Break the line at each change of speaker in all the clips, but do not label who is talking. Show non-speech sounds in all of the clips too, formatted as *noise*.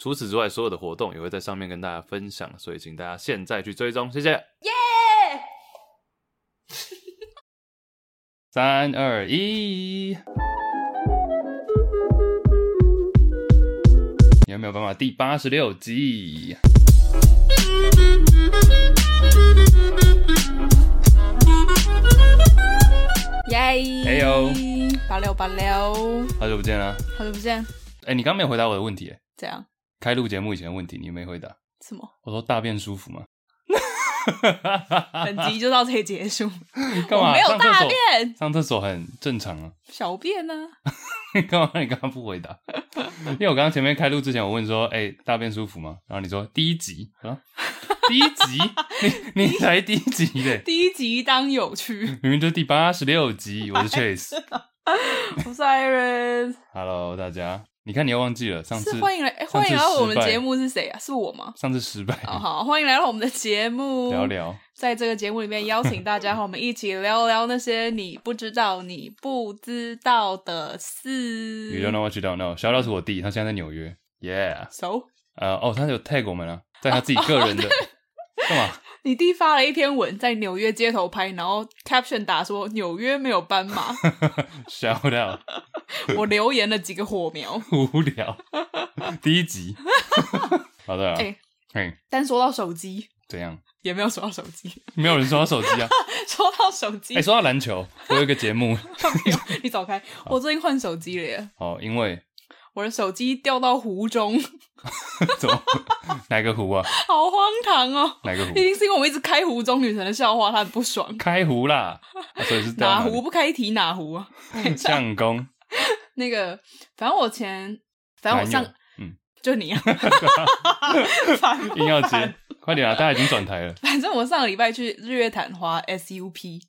除此之外，所有的活动也会在上面跟大家分享，所以请大家现在去追踪，谢谢。
耶！
三二一，有没有办法？第八十六集，
耶！
哎呦，
八六八六，
好久不见啦！
好久不见，
哎、你刚没有回答我的问题，哎，
怎样？
开录节目以前的问题你没回答。*laughs*
什么？
我说大便舒服吗？ *laughs*
本集就到这里结束。
*laughs* 干嘛？
我没有
上厕所
大便，
上厕所很正常啊。
小便呢、
干嘛？你刚刚不回答？因为我刚刚前面开录之前，我问说：“哎、大便舒服吗？”然后你说：“第一集啊，第一集，你你才第一集嘞，
第一集当有趣。
明明就是第八十六集。”我是 Chase，嗯
*laughs* 我是 Iris，
Hello，大家，你看你又忘记了上次
是欢迎来，哎
上
欢
次
迎来到我
失
们
败
节目是谁啊？是我吗？
上次失败，
哦，好，欢迎来到我们的节目，
聊聊
在这个节目里面邀请大家和我们一起聊聊那些你不知道、你不知道的事。
You don't know what you don't know。小老鼠我弟，他现在在纽约，Yeah，
So，
呃，哦，他有 tag 我们啊，在他自己个人的 *laughs* 干嘛？
你弟发了一篇文，在纽约街头拍，然后 caption 打说纽约没有斑马。 *laughs*
笑到
我留言了几个火苗。
无聊，第一集， *laughs* 好的啊，
哎
嘿，
但说到手机，
怎样？
也没有说到手机， *laughs*
没有人说他手机啊？
说到手机，
哎、说到篮球，我有一个节目
没有你走开。我最近换手机了耶，
哦，因
*laughs*
为
我的手机掉到湖中， *laughs*
怎么哪个湖啊？
好荒唐哦！
哪个湖
一？定是因为我们一直开湖中女神的笑话，她很不爽。
开湖啦，啊所以是
哪
大
壶不开提哪壶啊！
相公，
那个，反正我前，反正我
男友
上
嗯，
就你
*laughs*
啊，烦不
硬要接
烦，
快点啊！大家已经转台了。
反正我上个礼拜去日月潭花 SUP，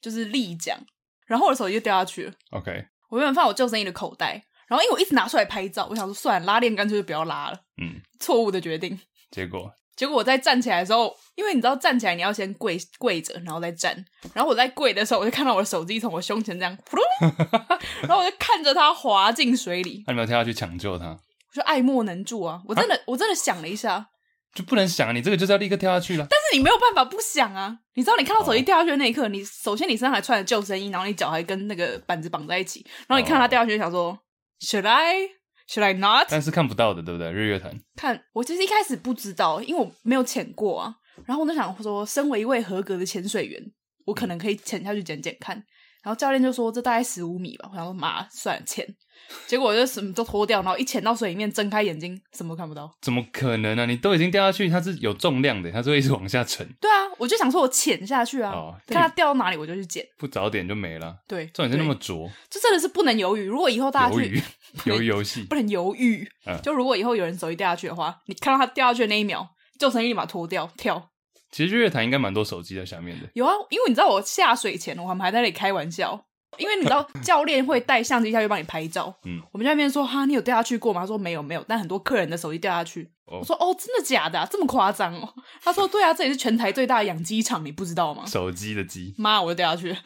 就是立桨，然后我的手机就掉下去了。
OK，
我原本放我救生衣的口袋，然后因为我一直拿出来拍照，我想说算了，拉链干脆就不要拉了，
嗯，
错误的决定。
结果
结果我在站起来的时候，因为你知道站起来你要先跪跪着，然后再站。然后我在跪的时候，我就看到我的手机从我胸前这样， *laughs* 噗噜然后我就看着它滑进水里，
他没有跳下去抢救他，
我就爱莫能助啊！我真的、我真的想了一下，
就不能想你这个就是要立刻跳下去了。
但是你没有办法不想啊！你知道你看到手机掉下去的那一刻，你首先你身上还穿着救生衣，然后你脚还跟那个板子绑在一起，然后你看到它掉下去，就想说、Should I? Should I not?
但是看不到的，对不对？日月潭
看，我其实一开始不知道，因为我没有潜过啊。然后我就想说，身为一位合格的潜水员，我可能可以潜下去捡捡看。然后教练就说这大概十五米吧，我想说妈，算了潜。结果我就什么都脱掉，然后一潜到水里面，睁开眼睛什么都看不到。
怎么可能啊呢、你都已经掉下去，它是有重量的，它是会一直往下沉，
对啊，我就想说我潜下去啊，
哦
看它掉到哪里我就去捡。
不早点就没了。
对，
重点是那么
对，
浊，
这真的是不能犹豫。如果以后大家
鱿
去 *laughs*
鱼，鱿鱼游戏
不能犹豫，
*laughs* 嗯
就如果以后有人手机掉下去的话，你看到他掉下去的那一秒，救生衣立马脱掉跳。
其实日月潭应该蛮多手机在下面的。
有啊，因为你知道我下水前，我们还在那里开玩笑，因为你知道教练会带相机下去帮你拍照。
嗯，
我们就在那边说哈，你有掉下去过吗？他说没有没有，但很多客人的手机掉下去。
哦
我说哦，真的假的、啊？这么夸张哦？他说对啊，这里是全台最大的养鸡场，你不知
*laughs*
道吗？
手机的机
妈，我就掉下去。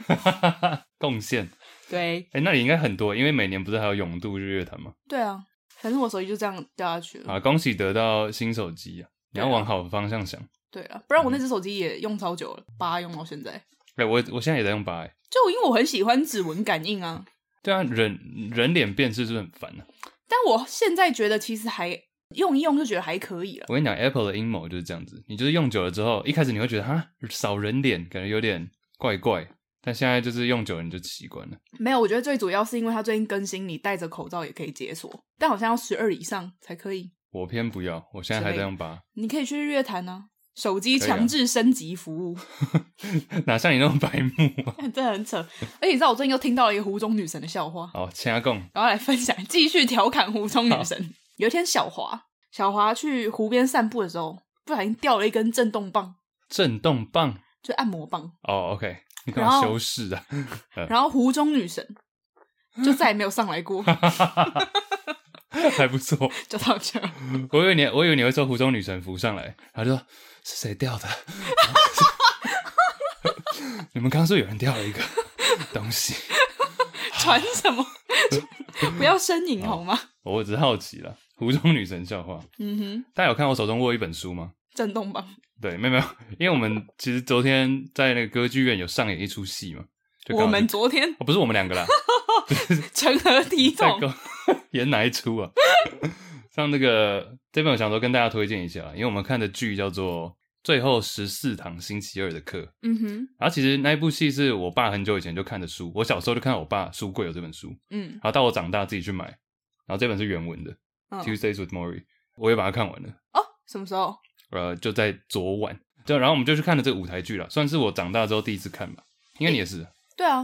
贡献，
*laughs* 对
哎、那里应该很多，因为每年不是还有永渡日月潭吗？
对啊，反正我手机就这样掉下去了。
啊，恭喜得到新手机啊！你要
嗯对啊
往好的方向想。
对啊，不然我
嗯
那只手机也用超久了，八用到现在。
哎、我我现在也在用八、欸，
就因为我很喜欢指纹感应啊，
对啊，人人脸辨识是不是很烦啊？
但我现在觉得其实还用一用就觉得还可以了。
我跟你讲，Apple 的阴谋就是这样子，你就是用久了之后，一开始你会觉得哈少人脸，感觉有点怪怪，但现在就是用久了你就习惯了。
没有，我觉得最主要是因为它最近更新，你戴着口罩也可以解锁，但好像要十二以上才可以。
我偏不要，我现在还在用八，
你可以去日月潭啊，手机
可以啊
强制升级服务， *laughs*
*laughs* 哪像你那种白目啊！
真的很扯。而且你知道，我最近又听到了一个湖中女神的笑话，
好，掐供
然后来分享，继续调侃湖中女神。有一天，小华小华去湖边散步的时候，不不小心掉了一根震动棒，
震动棒
就按摩棒，
哦，OK，你干
然
嘛
后
修饰啊？ *laughs*
然后湖中女神就再也没有上来
*laughs*
过，
还不错，
就到这。
我以为你，我以为你会说湖中女神浮上来，然后就说是谁掉的？ *laughs* 你们刚说有人掉了一个 *laughs* 东西，
传什么？ *laughs* 不要呻吟好吗？
我只是好奇了。湖中女神笑话，
嗯哼，
大家有看我手中握一本书吗？
震动棒，
对，没有没有，因为我们其实昨天在那个歌剧院有上演一出戏嘛，就刚好
我们
就、
昨天
哦、不是我们两个
*laughs*
啦，
成何体
在
统？
跟演哪一出啊？像那个这本我想说跟大家推荐一下啦，因为我们看的剧叫做《最后十四堂星期二的课》，
嗯哼，
然后其实那一部戏是我爸很久以前就看的书，我小时候就看到我爸书柜有这本书，
嗯
然后到我长大自己去买，然后这本是原文的《
嗯，
Tuesdays with Maury》，我也把它看完了，
哦，什么时候？
呃，就在昨晚，就然后我们就去看了这个舞台剧了，算是我长大之后第一次看吧，应该你也是，
对啊，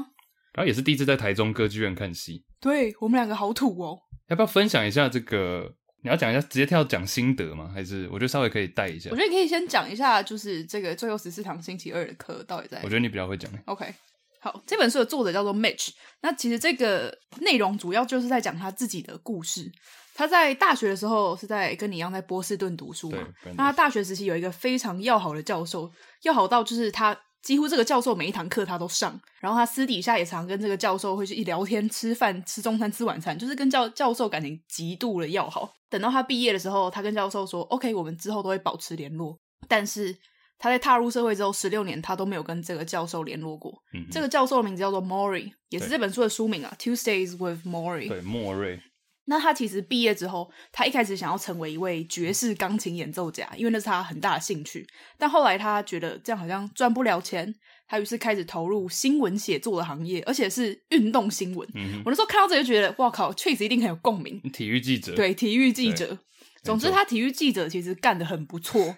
然后也是第一次在台中歌剧院看戏，
对我们两个好土哦。
要不要分享一下这个？你要讲一下，直接跳讲心得吗？还是我觉得稍微可以带一下
我？觉得你可以先讲一下，就是这个最后十四堂星期二的课到底在
我觉得你比较会讲，
OK，好，这本书的作者叫做 Mitch。那其实这个内容主要就是在讲他自己的故事。他在大学的时候是在跟你一样在波士顿读书
对
嘛？，
不然
那他大学时期有一个非常要好的教授，要好到就是他几乎这个教授每一堂课他都上，然后他私底下也常跟这个教授会去一聊天、吃饭、吃中餐、吃晚餐，就是跟教教授感情极度的要好。等到他毕业的时候，他跟教授说：“OK，我们之后都会保持联络。”但是他在踏入社会之后十六年，他都没有跟这个教授联络过。
嗯哼
这个教授的名字叫做 Maury，也是
对
这本书的书名啊，《Tuesdays with Maury》。
对莫瑞，
那他其实毕业之后，他一开始想要成为一位爵士钢琴演奏家，因为那是他很大的兴趣。但后来他觉得这样好像赚不了钱，他于是开始投入新闻写作的行业，而且是运动新闻。
嗯
我那时候看到这个就觉得，哇靠，确实一定很有共鸣。
哼，体育记者，
对，体育记者。总之，
没错
他体育记者其实干得很不错，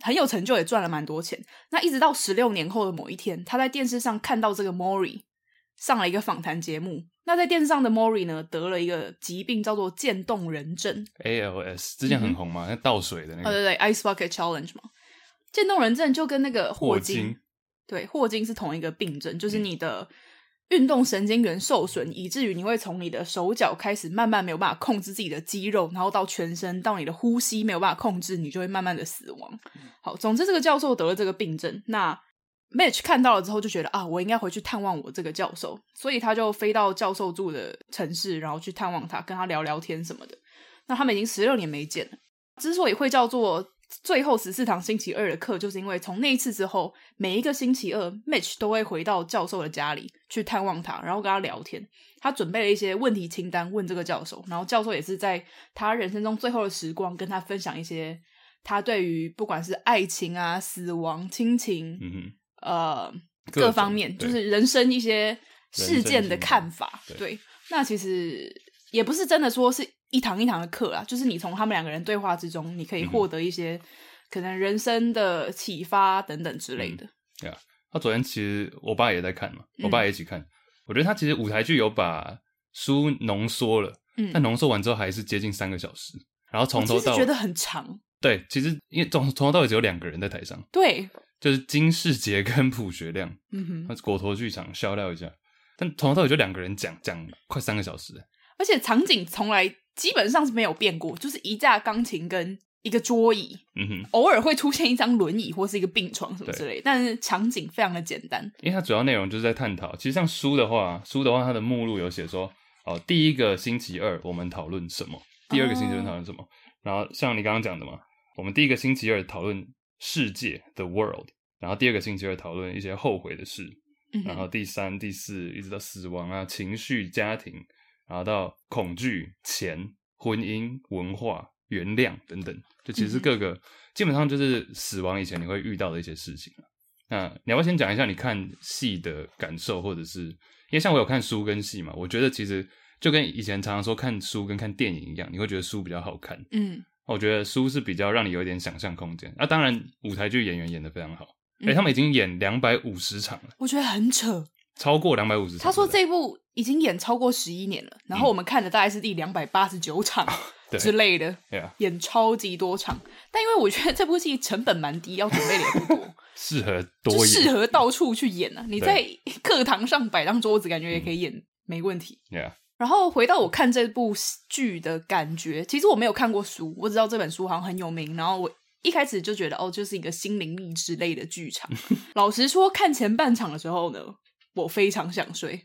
很有成就，也赚了蛮多钱。那一直到十六年后的某一天，他在电视上看到这个 Mori 上了一个访谈节目。那在电视上的 Mori 呢，得了一个疾病，叫做渐冻人症。
ALS
嗯
之前很红嘛，那倒水的那
哦，
个
对对，Ice Bucket Challenge 嘛，渐冻人症就跟那个霍金，
金，
对，霍金是同一个病症，就是你的运动神经元受损，以至于你会从你的手脚开始慢慢没有办法控制自己的肌肉，然后到全身，到你的呼吸没有办法控制，你就会慢慢的死亡。好，总之这个教授得了这个病症，那 Mitch 看到了之后就觉得啊，我应该回去探望我这个教授，所以他就飞到教授住的城市，然后去探望他，跟他聊聊天什么的。那他们已经十六年没见了。之所以会叫做最后十四堂星期二的课，就是因为从那一次之后，每一个星期二，Mitch 都会回到教授的家里去探望他，然后跟他聊天。他准备了一些问题清单问这个教授，然后教授也是在他人生中最后的时光跟他分享一些他对于不管是爱情啊、死亡、亲情、
嗯哼，
呃
各
各
种
方面，
对
就是人生一些事件的
人生经验
看法。
对
对，那其实也不是真的说是一堂一堂的课啦，就是你从他们两个人对话之中，你可以
嗯哼
获得一些可能人生的启发等等之
嗯
类的。
他昨天其实我爸也在看嘛，
嗯
我爸也一起看。我觉得他其实舞台剧有把书浓缩了，
嗯，
但浓缩完之后还是接近三个小时。然后从
我
头
其实
到
觉得很长，
对，其实因为从从头到尾只有两个人在台上，
对，
就是金世杰跟朴学亮，
嗯哼，
那是国头剧场笑料一下。但从头到尾就两个人讲讲快三个小时，
而且场景从来基本上是没有变过，就是一架钢琴跟一个桌椅，
嗯哼，
偶尔会出现一张轮椅或是一个病床什么
对
之类的，但是场景非常的简单。
因为它主要内容就是在探讨。其实像书的话，书的话它的目录有写说，哦，第一个星期二我们讨论什么，第二个星期二讨论什么。然后像你刚刚讲的嘛，我们第一个星期二讨论世界 the world，然后第二个星期二讨论一些后悔的事，
*laughs* 嗯
然后
哼，
第三、第四一直到死亡啊、情绪、家庭，然后到恐惧、钱、婚姻、文化、原谅等等，就其实是
嗯哼
各个、基本上就是死亡以前你会遇到的一些事情啊那你要不要先讲一下你看戏的感受，或者是因为像我有看书跟戏嘛，我觉得其实就跟以前常常说看书跟看电影一样，你会觉得书比较好看。
嗯，
我觉得书是比较让你有一点想象空间。那、啊当然，舞台剧演员演的非常好，哎、
嗯
他们已经演两百五十场了。
我觉得很扯，
超过两百五十。
他说这部已经演超过十一年了，然后我们看的大概是第两百八十九场
嗯 *laughs* 对
之类的，
Yeah
演超级多场。但因为我觉得这部戏成本蛮低，要准备的也不多，
适合
就
*laughs* 多
适
演
合到处去演啊。你在课堂上摆张桌子，感觉也可以演，没问题。
，Yeah，
然后回到我看这部剧的感觉，其实我没有看过书，我只知道这本书好像很有名。然后我一开始就觉得哦，就是一个心灵励志类的
*laughs*
剧场。老实说，看前半场的时候呢，我非常想睡，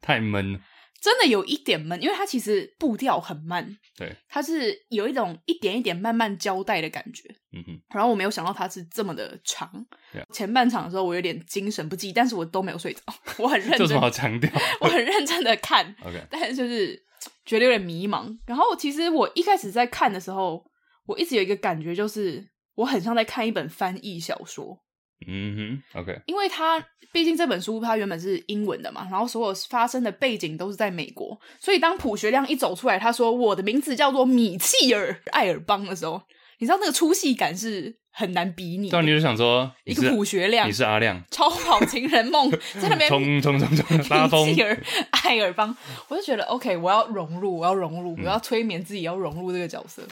太闷了。
真的有一点闷，因为它其实步调很慢，
对，
它是有一种一点一点慢慢交代的感觉。
嗯哼，
然后我没有想到它是这么的长
Yeah
前半场的时候我有点精神不济，但是我都没有睡着， *laughs* 我很认
这有什
真
么，好强
*laughs*
调
我很认真的看，
？OK，
但是就是觉得有点迷茫。然后其实我一开始在看的时候，我一直有一个感觉，就是我很像在看一本翻译小说，
嗯哼，OK，
因为它毕竟这本书它原本是英文的嘛，然后所有发生的背景都是在美国，所以当朴学亮一走出来，他说我的名字叫做米契尔艾尔邦的时候，你知道那个出戏感是很难比拟的，
当然你就想说，
一
你
个
是
朴学亮
你是阿亮，
超跑情人
*laughs*
梦在那边
冲冲冲冲，拉风
米，切尔艾尔邦，我就觉得 OK，我要融入，我要融入，我
嗯
要催眠自己，要融入这个角色。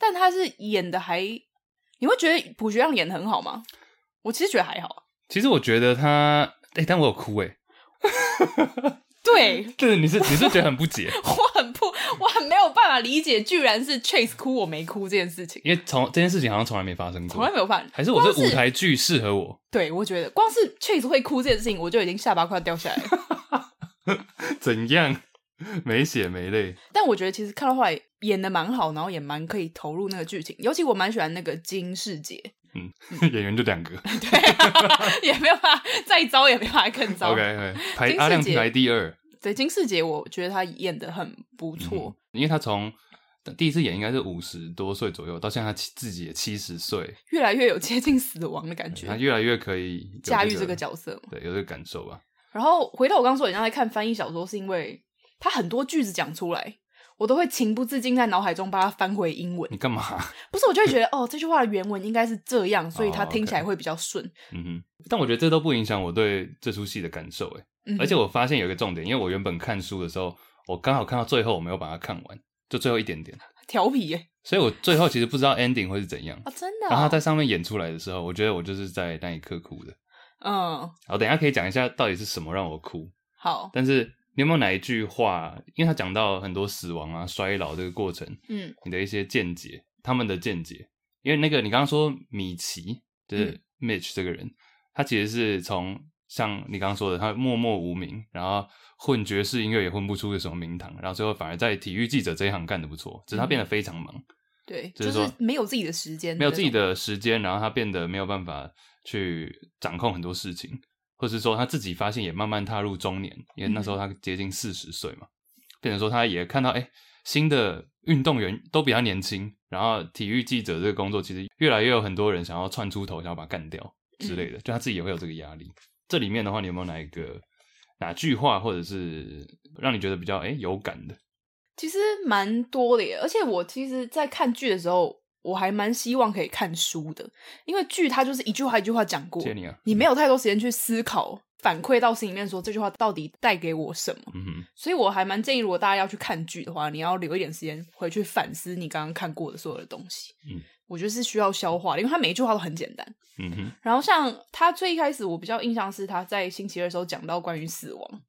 但他是演的还，你会觉得朴学亮演的很好吗？我其实觉得还好。
其实我觉得他，哎、但我有哭哎、 *laughs*
对
对，
*laughs*
你是你是觉得很不解，
我很不，我很没有办法理解，居然是 Chase 哭我没哭这件事情，
因为从这件事情好像从来没发生
从来
过，
没有办法。
还是我这
光
舞台剧适合我，
对我觉得光是 Chase 会哭这件事情，我就已经下巴快要掉下来了。
*laughs*
*laughs*
怎样？没血没泪，
但我觉得其实看到后来演的蛮好，然后也蛮可以投入那个剧情，尤其我蛮喜欢那个金世杰， *laughs* 嗯
演员就两个。
对，也没有办法再糟，也没办法更糟。
OK OK，排
金世
阿亮
杰
排第二，
对金世杰，我觉得他演的很不错。
嗯因为他从第一次演应该是五十多岁左右，到现在他七自己也七十岁，
越来越有接近死亡的感
他
觉，
越来越可以有
驾驭这个角色嘛。
对，有这个感受啊吧。
然后回到我刚说，人家在看翻译小说，是因为他很多句子讲出来，我都会情不自禁在脑海中把它翻回英文
你。干嘛？啊
不是，我就会觉得哦，这句话的原文应该是这样，所以它
哦
听起
OK
来会比较顺。
*laughs* 嗯哼，但我觉得这都不影响我对这出戏的感受，哎，
嗯哼
而且我发现有一个重点，因为我原本看书的时候，我刚好看到最后，我没有把它看完，就最后一点点，
调皮耶
所以我最后其实不知道 ending 会是怎样。
啊，真的
然后他
啊、
在上面演出来的时候，我觉得我就是在那一刻哭的。
嗯，
好，等一下可以讲一下到底是什么让我哭。
好，
但是你有没有哪一句话？因为他讲到很多死亡啊、衰老这个过程，
嗯
你的一些见解，他们的见解。因为那个你刚刚说米奇，就是 Mitch 这个人，他其实是从像你刚刚说的，他默默无名，然后混爵士音乐也混不出个什么名堂，然后最后反而在体育记者这一行干得不错，只是他变得非常忙，
对，
就
就是是
说
没有自己的时间，
没有自己。的时间，然后他变得没有办法去掌控很多事情，或是说他自己发现也慢慢踏入中年，因为那
嗯
时候他接近四十岁嘛，变成说他也看到哎、诶新的运动员都比他年轻，然后体育记者这个工作其实越来越有很多人想要窜出头，想要把他干掉之类的，
嗯
就他自己也会有这个压力。这里面的话，你有没有哪一个哪句话，或者是让你觉得比较哎、诶有感的？
其实蛮多的耶，而且我其实，在看剧的时候，我还蛮希望可以看书的，因为剧它就是一句话一句话讲过
谢，谢你啊，
你没有太多时间去思考，反馈到心里面说这句话到底带给我什么。
嗯哼，
所以我还蛮建议，如果大家要去看剧的话，你要留一点时间回去反思你刚刚看过的所有的东西。
嗯，
我觉得是需要消化的，因为它每一句话都很简单。
嗯哼，
然后像他最一开始，我比较印象是他在星期二的时候讲到关于死亡，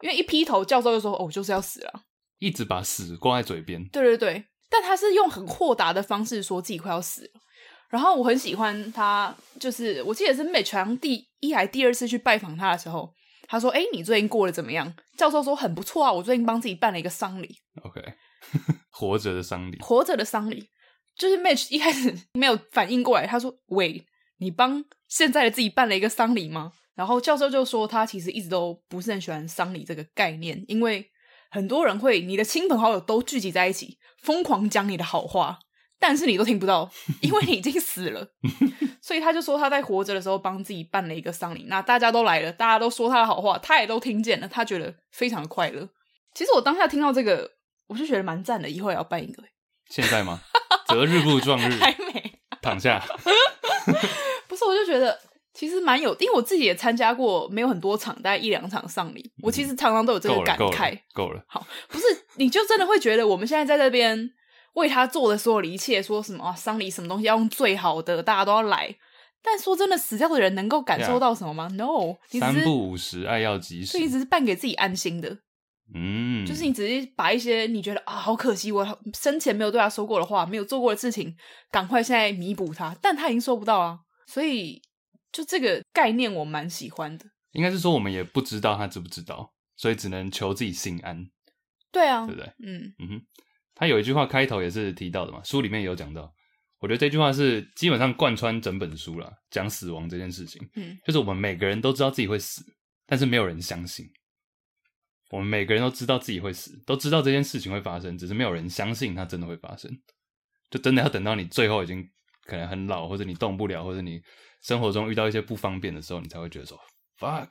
因为一劈头教授就说：“哦，我就是要死了。”
一直把死挂在嘴边，
对对对，但他是用很豁达的方式说自己快要死了。然后我很喜欢他，就是我记得是 Mitch 好像第一还第二次去拜访他的时候，他说：“哎，你最近过得怎么样？”教授说：“很不错啊，我最近帮自己办了一个丧礼，
OK，活着的丧礼，
*laughs* 活着的丧礼。”就是 Mitch 一开始 *laughs* 没有反应过来，他说：“喂，你帮现在的自己办了一个丧礼吗？”然后教授就说他其实一直都不是很喜欢丧礼这个概念，因为很多人会你的亲朋好友都聚集在一起，疯狂讲你的好话，但是你都听不到，因为你已经死了。 *laughs* 所以他就说他在活着的时候帮自己办了一个丧礼，那大家都来了，大家都说他的好话，他也都听见了，他觉得非常的快乐。其实我当下听到这个，我就觉得蛮赞的，以后也要办一个，
*laughs* 现在
*laughs*
吗？择日不如撞日，
还没。
躺下。
不是，我就觉得其实蛮有，因为我自己也参加过，没有很多场，大概一两场上礼，我其实常常都 *laughs* 有这个
嗯够了，
感
够
慨
了。，够了。
不是，你就真的会觉得我们现在在这边为他做的所有的一切，说什么啊丧礼什么东西要用最好的，大家都要来。但说真的，死掉的人能够感受到什么吗 No，你
啊三
只是，
不五十，爱要及时
所以。你只是办给自己安心的，
嗯，
就是你只是把一些你觉得啊好可惜，我生前没有对他说过的话，没有做过的事情，赶快现在弥补他，但他已经做不到啊。所以就这个概念，我蛮喜欢的。
应该是说我们也不知道他知不知道，所以只能求自己心安，
对啊，
对不对？
嗯，
嗯哼，他有一句话开头也是提到的嘛，书里面也有讲到。我觉得这句话是基本上贯穿整本书啦，讲死亡这件事情。
嗯，
就是我们每个人都知道自己会死，但是没有人相信。我们每个人都知道自己会死，都知道这件事情会发生，只是没有人相信它真的会发生。就真的要等到你最后已经可能很老，或者你动不了，或者你生活中遇到一些不方便的时候，你才会觉得说 “fuck”，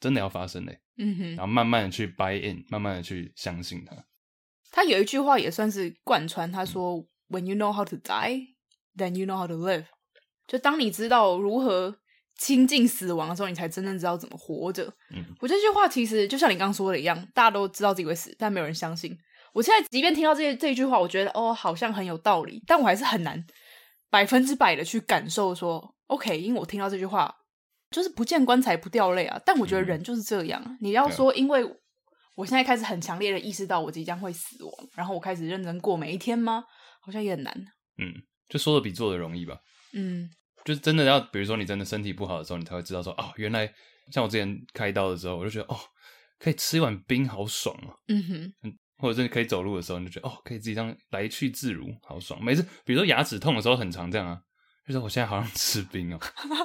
真的要发生嘞、
嗯哼
然。后慢慢的去 buy in，慢慢的去相信它。
他有一句话也算是贯穿，他说：“When you know how to die, then you know how to live。”就当你知道如何亲近死亡的时候，你才真正知道怎么活着。
嗯，
我觉得这句话其实就像你刚刚说的一样，大家都知道自己会死，但没有人相信。我现在即便听到这这一句话，我觉得哦，好像很有道理，但我还是很难百分之百的去感受说 OK，因为我听到这句话，就是不见棺材不掉泪啊。但我觉得
嗯
人就是这样，你要
对啊
说因为我现在开始很强烈的意识到我即将会死亡，然后我开始认真过每一天吗？好像也很难。
就说的比做的容易吧。
嗯
就是真的要，比如说你真的身体不好的时候，你才会知道说，哦，原来像我之前开刀的时候，我就觉得哦，可以吃一碗冰，好爽哦、
嗯哼，
或者是可以走路的时候，你就觉得哦，可以自己这样来去自如，好爽。每次比如说牙齿痛的时候，很常这样啊，就是我现在好想吃冰哦、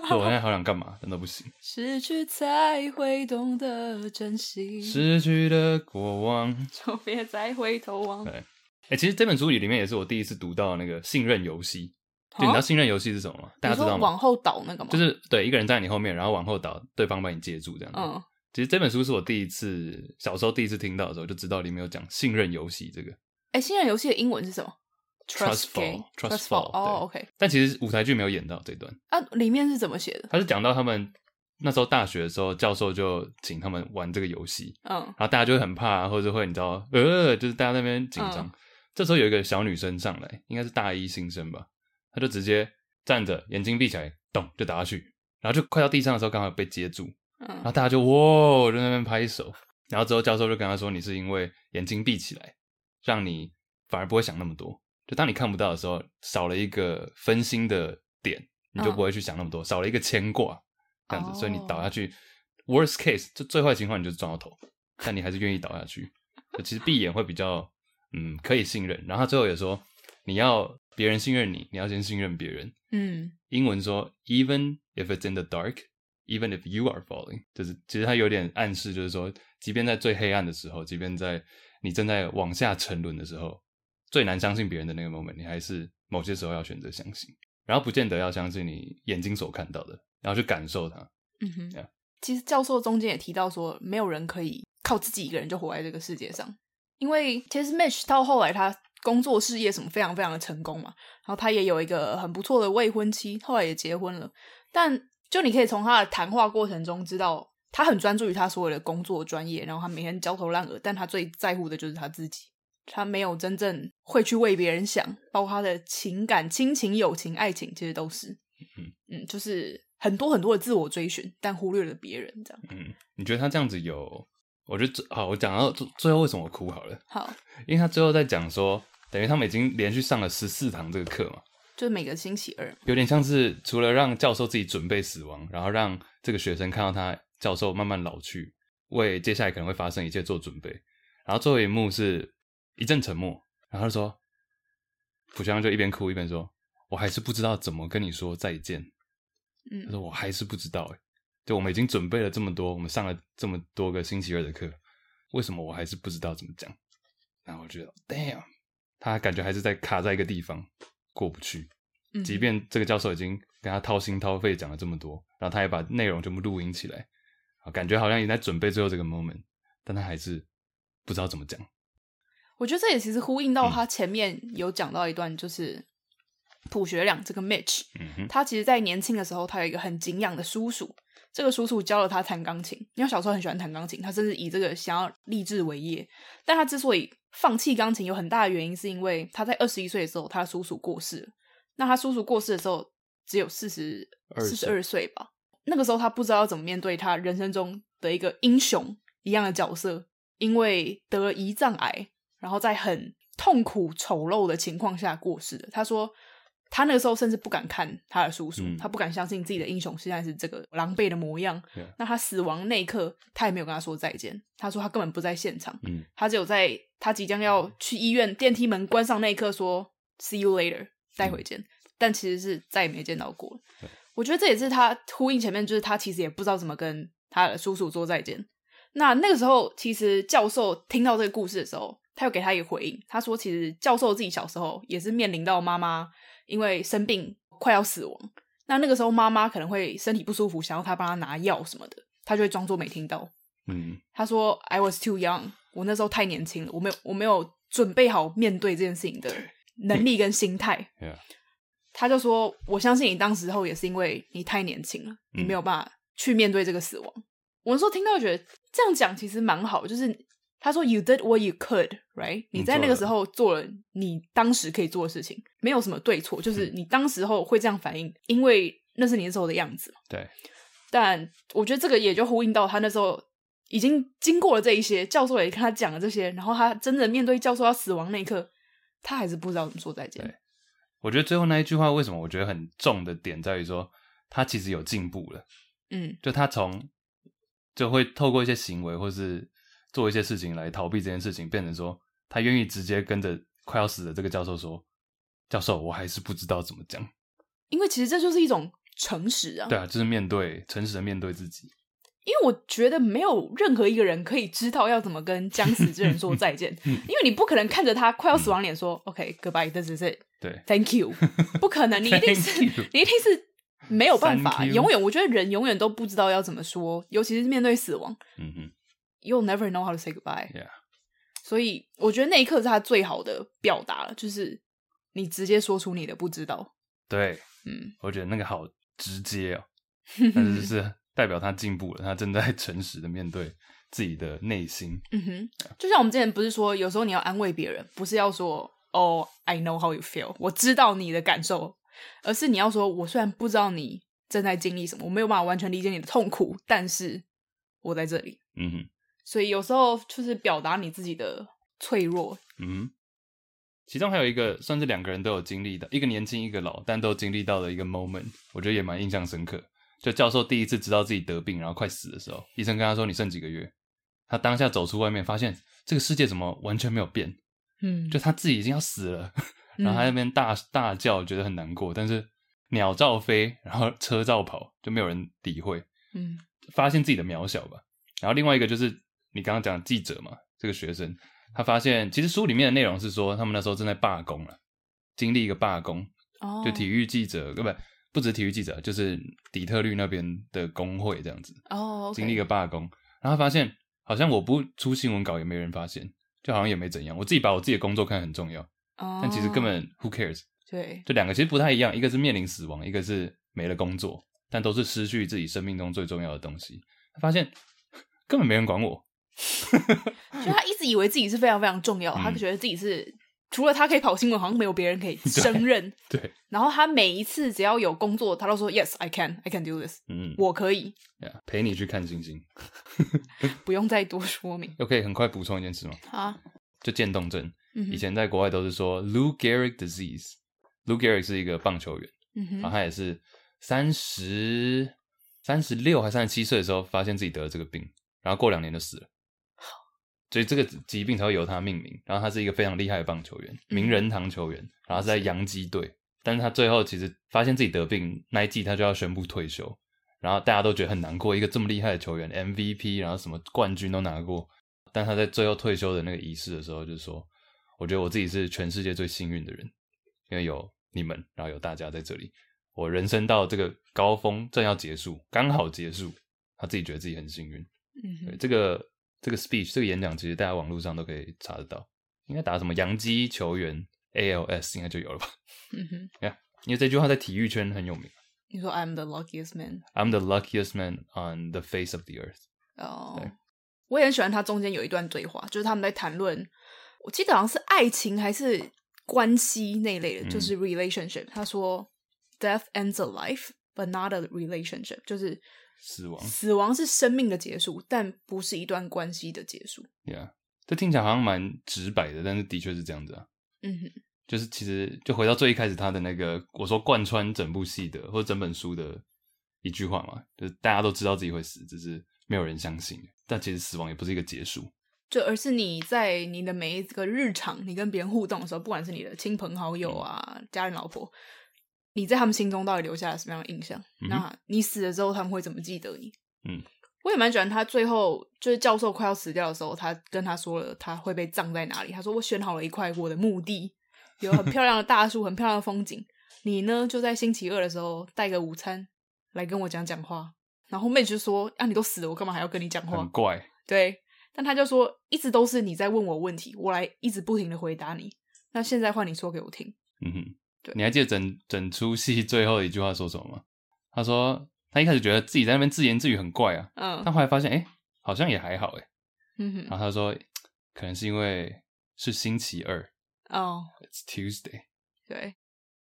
或者我现在好想干嘛，真的不
*laughs*
行。
失去才会懂得珍惜，
失去的过往，
就别再回头望。
对哎、其实这本书里面也是我第一次读到那个信任游戏。就你知道
啊
信任游戏是什么吗？大家知
你
道
说往
吗？
后倒那个吗？
就是对一个人在你后面，然后往后倒，对方把你接住这样子。
嗯，
其实这本书是我第一次小时候第一次听到的时候，就知道里面有讲信任游戏这个，
哎，信任游戏的英文是什么
Trustful，
trust
Trustful，
fall。哦
对
，OK，
但其实舞台剧没有演到这段，
啊，里面是怎么写的？
他是讲到他们那时候大学的时候，教授就请他们玩这个游戏，
嗯
然后大家就会很怕，啊或者会你知道，呃，就是大家在那边紧张。
嗯
这时候有一个小女生上来，应该是大一新生吧，她就直接站着，眼睛闭起来，咚就打下去，然后就快到地上的时候，刚好被接住，然后
嗯
大家就哇，就在那边拍手。然后之后教授就跟他说：“你是因为眼睛闭起来，让你反而不会想那么多。就当你看不到的时候，少了一个分心的点，你就
嗯
不会去想那么多，少了一个牵挂，这样子。所以你倒
哦
下去，worst case 就最坏情况你就撞到头，但你还是愿意倒下去。就其实闭眼会比较嗯可以信任。然后他最后也说，你要别人信任你，你要先信任别人。
嗯，
英文说 “even if it's in the dark, even if you are falling”，就是其实它有点暗示，就是说，即便在最黑暗的时候，即便在你正在往下沉沦的时候，最难相信别人的那个 moment，你还是某些时候要选择相信，然后不见得要相信你眼睛所看到的，然后去感受它。
嗯哼
Yeah
其实教授中间也提到说，没有人可以靠自己一个人就活在这个世界上，因为其实 Mitch 到后来他工作事业什么非常非常的成功嘛，然后他也有一个很不错的未婚妻，后来也结婚了。但就你可以从他的谈话过程中知道，他很专注于他所有的工作专业，然后他每天焦头烂额，但他最在乎的就是他自己。他没有真正会去为别人想，包括他的情感、亲情、友情、爱情，其实都是，
嗯
嗯，就是很多很多的自我追寻，但忽略了别人，这样。
嗯，你觉得他这样子有？我觉得最好，我讲到最最后为什么我哭好了，
好，
因为他最后在讲说，等于他们已经连续上了十四堂这个课嘛，
就是每个星期二，
有点像是除了让教授自己准备死亡，然后让这个学生看到他教授慢慢老去，为接下来可能会发生一切做准备。然后最后一幕是一阵沉默，然后他就说，普香就一边哭一边说：“我还是不知道怎么跟你说再见。”他
嗯
说：“我还是不知道。”哎，就我们已经准备了这么多，我们上了这么多个星期二的课，为什么我还是不知道怎么讲？然后我觉得，damn，他感觉还是在卡在一个地方过不去。
嗯，
即便这个教授已经跟他掏心掏肺讲了这么多，然后他也把内容全部录音起来，啊，感觉好像也在准备最后这个 moment，但他还是不知道怎么讲。嗯
我觉得这也其实呼应到他前面有讲到一段，就是朴学亮这个 Mitch，
嗯哼，
他其实在年轻的时候，他有一个很敬仰的叔叔，这个叔叔教了他弹钢琴。因为他小时候很喜欢弹钢琴，他甚至以这个想要立志为业。但他之所以放弃钢琴，有很大的原因是因为他在二十一岁的时候，他叔叔过世了。那他叔叔过世的时候只有四十
二
四
十
十二岁吧？那个时候他不知道要怎么面对他人生中的一个英雄一样的角色，因为得了胰脏癌，然后在很痛苦丑陋的情况下过世的。他说，他那个时候甚至不敢看他的叔叔，
嗯
他不敢相信自己的英雄现在是这个狼狈的模样。
Yeah
那他死亡那一刻，他也没有跟他说再见，他说他根本不在现场，
嗯
他只有在他即将要去医院电梯门关上那一刻说 “see you later” 待会见，但其实是再也没见到过了。我觉得这也是他呼应前面，就是他其实也不知道怎么跟他的叔叔说再见。那那个时候，其实教授听到这个故事的时候，他有给他一个回应，他说其实教授自己小时候也是面临到妈妈因为生病快要死亡，那那个时候妈妈可能会身体不舒服，想要他帮他拿药什么的，他就会装作没听到。
嗯
他说 I was too young，我那时候太年轻了，我没有我没有准备好面对这件事情的能力跟心态。
，Yeah，
他就说：“我相信你当时候也是因为你太年轻了，你没有办法去面对这个死亡。我那时候听到觉得这样讲其实蛮好，就是他说 “You did what you could, right？” 你在那个时候做了你当时可以做的事情，没有什么对错，就是你当时候会这样反应，因为那是你那时候的样子。
对，
但我觉得这个也就呼应到他那时候已经经过了这一些，教授也跟他讲了这些，然后他真的面对教授要死亡那一刻，他还是不知道怎么说再见
对。我觉得最后那一句话为什么我觉得很重的点在于说，他其实有进步了。
嗯
就他从就会透过一些行为或是做一些事情来逃避这件事情，变成说他愿意直接跟着快要死的这个教授说：“教授，我还是不知道怎么讲。
因为其实这就是一种诚实啊。”
对啊，就是面对诚实的面对自己。
因为我觉得没有任何一个人可以知道要怎么跟将死之人说再见，
嗯
因为你不可能看着他快要死亡脸说、OK goodbye，this is it，thank
对， *laughs*
you，不可能，你一定是
Thank you
*laughs* 你一定是没有办法，
Thank you
永远我觉得人永远都不知道要怎么说，尤其是面对死亡
嗯哼，
，you'll never know how to say goodbye。
Yeah
所以我觉得那一刻是他最好的表达了，就是你直接说出你的不知道，
对，
嗯，
我觉得那个好直接 *laughs* 哦，但是是代表他进步了，他正在 *laughs* 诚实的面对自己的内心。
嗯哼，就像我们之前不是说，有时候你要安慰别人，不是要说哦、i know how you feel，我知道你的感受，而是你要说，我虽然不知道你正在经历什么，我没有办法完全理解你的痛苦，但是我在这里。
嗯哼，
所以有时候就是表达你自己的脆弱，
嗯哼。其中还有一个算是两个人都有经历的，一个年轻一个老，但都经历到的一个 moment，我觉得也蛮印象深刻。就教授第一次知道自己得病，然后快死的时候，医生跟他说：“你剩几个月。”他当下走出外面，发现这个世界怎么完全没有变，
嗯，
就他自己已经要死了，
嗯
然后他在那边大大叫，觉得很难过。但是鸟照飞，然后车照跑，就没有人理会。
嗯
发现自己的渺小吧。然后另外一个就是你刚刚讲的记者嘛，这个学生他发现，其实书里面的内容是说他们那时候正在罢工了，经历一个罢工，
哦，
就体育记者，呃不不止体育记者，就是底特律那边的工会这样子
哦，OK
经历一个罢工，然后发现好像我不出新闻稿也没人发现，就好像也没怎样，我自己把我自己的工作看得很重要，
哦
但其实根本 who cares，
对，
就两个其实不太一样，一个是面临死亡，一个是没了工作，但都是失去自己生命中最重要的东西。他发现根本没人管我，
就他一直以为自己是非常非常重要，他
嗯
觉得自己是除了他可以跑新闻，好像没有别人
*laughs*
可以胜任。
对，
然后他每一次只要有工作，他都说 Yes, I can, I can do this，
嗯，
我可以，
Yeah，陪你去看星星。
不用再多说明
OK，很快补充一件事吗？
啊。
就渐冻症，
嗯
以
哼，
前在国外都是说 Lou Gehrig disease。Lou Gehrig 是一个棒球员，
嗯
然后
哼，
他也是三十三十六还三十七岁的时候，发现自己得了这个病，然后过两年就死了。所以这个疾病才会由他命名。然后他是一个非常厉害的棒球员，名人堂球员，然后是在洋基队。但是他最后其实发现自己得病那一季，他就要宣布退休。然后大家都觉得很难过，一个这么厉害的球员，MVP，然后什么冠军都拿过，但他在最后退休的那个仪式的时候，就说：“我觉得我自己是全世界最幸运的人，因为有你们，然后有大家在这里。我人生到这个高峰，正要结束，刚好结束。”他自己觉得自己很幸运。
嗯
对，
哼，
这个这个 speech 这个演讲，其实大家网络上都可以查得到，应该打什么洋基球员 ALS 应该就有了吧？
嗯哼
Yeah，因为这句话在体育圈很有名。
你说 I'm the luckiest man，
I'm the luckiest man on the face of the earth。
哦、
对
我也很喜欢他中间有一段对话，就是他们在谈论，我记得好像是爱情还是关系那一类的，
嗯
就是 relationship。他说，death ends a life。But not a relationship，就是
死亡
死亡是生命的结束，但不是一段关系的结束。
，Yeah，这听起来好像蛮直白的，但是的确是这样子啊。
嗯哼，
就是其实就回到最一开始他的那个，我说贯穿整部戏的或者整本书的一句话嘛，就是大家都知道自己会死，只是没有人相信。但其实死亡也不是一个结束。
就而是你在你的每一个日常，你跟别人互动的时候，不管是你的亲朋好
嗯
友啊、家人、老婆，你在他们心中到底留下了什么样的印象？
嗯哼
那你死了之后，他们会怎么记得你？
嗯，
我也蛮喜欢他最后就是教授快要死掉的时候，他跟他说了他会被葬在哪里。他说我选好了一块我的墓地，有很漂亮的大树，很漂亮的风景。你呢，就在星期二的时候带个午餐来跟我讲讲话。然后妹就说：“啊，你都死了，我干嘛还要跟你讲话？”
很怪，
对，但他就说一直都是你在问我问题，我来一直不停的回答你。那现在换你说给我听，
嗯哼，
对
你还记得整整出戏最后的一句话说什么吗？他说他一开始觉得自己在那边自言自语很怪啊，
嗯
但后来发现哎、诶好像也还好哎、诶
嗯哼，
然后他说可能是因为是星期二
哦，
，It's Tuesday。
对。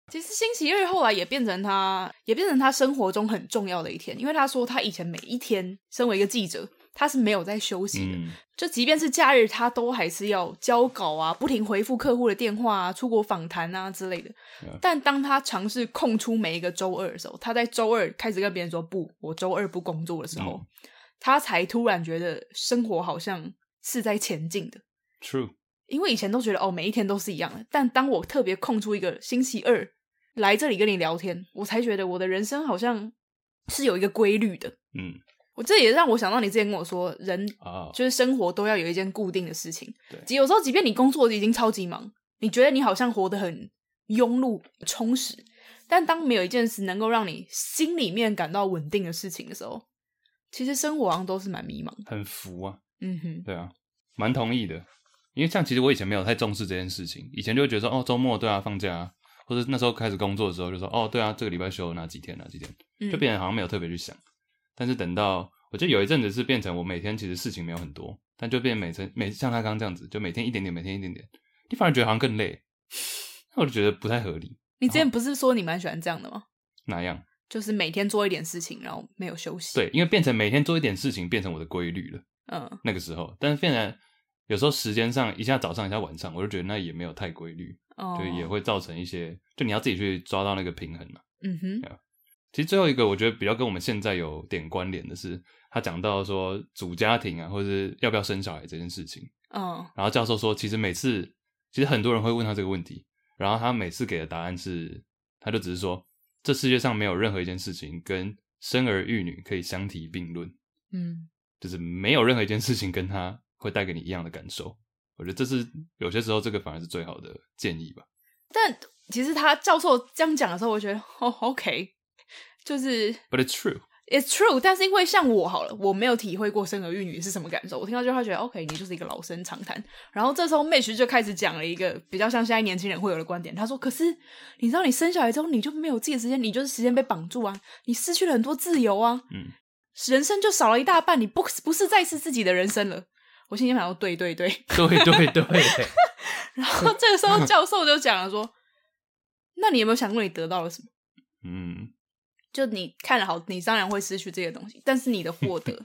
其实星期二后来也变成他，也变成他生活中很重要的一天，因为他说他以前每一天，身为一个记者，他是没有在休息的，
嗯，
就即便是假日，他都还是要交稿啊，不停回复客户的电话啊，出国访谈啊之类的
Yeah.。
但当他尝试空出每一个周二的时候，他在周二开始跟别人说“不，我周二不工作”的时候，
嗯
他才突然觉得生活好像是在前进的。
True，
因为以前都觉得哦，每一天都是一样的，但当我特别空出一个星期二来这里跟你聊天，我才觉得我的人生好像是有一个规律的。
嗯
我这也让我想到你之前跟我说，人
啊，
就是生活都要有一件固定的事情。
对
即有时候即便你工作已经超级忙，你觉得你好像活得很庸碌、充实，但当没有一件事能够让你心里面感到稳定的事情的时候，其实生活好像都是蛮迷茫的。
很服啊，
嗯哼，
对啊，蛮同意的。因为像其实我以前没有太重视这件事情，以前就会觉得说哦周末对啊放假啊，或者那时候开始工作的时候就说哦对啊这个礼拜休哪几天哪几天，
嗯
就变得好像没有特别去想。但是等到我记得有一阵子是变成我每天其实事情没有很多，但就变每天每像他刚刚这样子，就每天一点点，每天一点点，你反而觉得好像更累，那我就觉得不太合理。
你之前不是说你蛮喜欢这样的吗？
哪样？
就是每天做一点事情，然后没有休息。，
对，因为变成每天做一点事情，变成我的规律了。
嗯
那个时候，但是变成有时候时间上一下早上一下晚上，我就觉得那也没有太规律，
哦，
就也会造成一些，就你要自己去抓到那个平衡嘛。
嗯哼，
其实最后一个，我觉得比较跟我们现在有点关联的是，他讲到说组家庭啊，或者是要不要生小孩这件事情。
嗯
然后教授说，其实每次，其实很多人会问他这个问题，然后他每次给的答案是，他就只是说，这世界上没有任何一件事情跟生儿育女可以相提并论。
嗯
就是没有任何一件事情跟他会带给你一样的感受。我觉得这是有些时候这个反而是最好的建议吧。
但其实他教授这样讲的时候，我觉得哦，OK，就是。
But it's true， *laughs*
It's true，但是因为像我好了，我没有体会过生儿育女是什么感受。我听到这句话觉得，OK，你就是一个老生常谈。然后这时候 Mitch 就开始讲了一个比较像现在年轻人会有的观点，他说：“可是你知道，你生小孩之后你就没有自己的时间，你就是时间被绑住啊，你失去了很多自由啊，
嗯，
人生就少了一大半，你不不是再是自己的人生了。”我心里想说：“对对对。 *laughs*
对对对，
然后这个时候教授就讲了说：“那你有没有想过你得到了什么？”
嗯，
就你看了好，你当然会失去这些东西，但是你的获
*laughs*
得，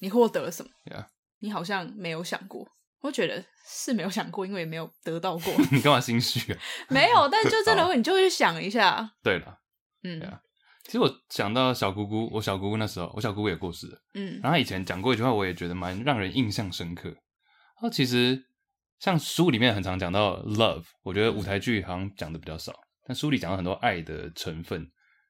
你获得了什么
Yeah
你好像没有想过。我觉得是没有想过，因为也没有得到过， *laughs*
你干嘛心虚啊？
没有。但就真的会，你就会去想一下，
对了，
嗯
Yeah 其实我想到小姑姑，我小姑姑那时候，我小姑姑也过世了，
嗯
然后她以前讲过一句话，我也觉得蛮让人印象深刻。她说其实像书里面很常讲到 love，我觉得舞台剧好像讲的比较少，但书里讲到很多爱的成分。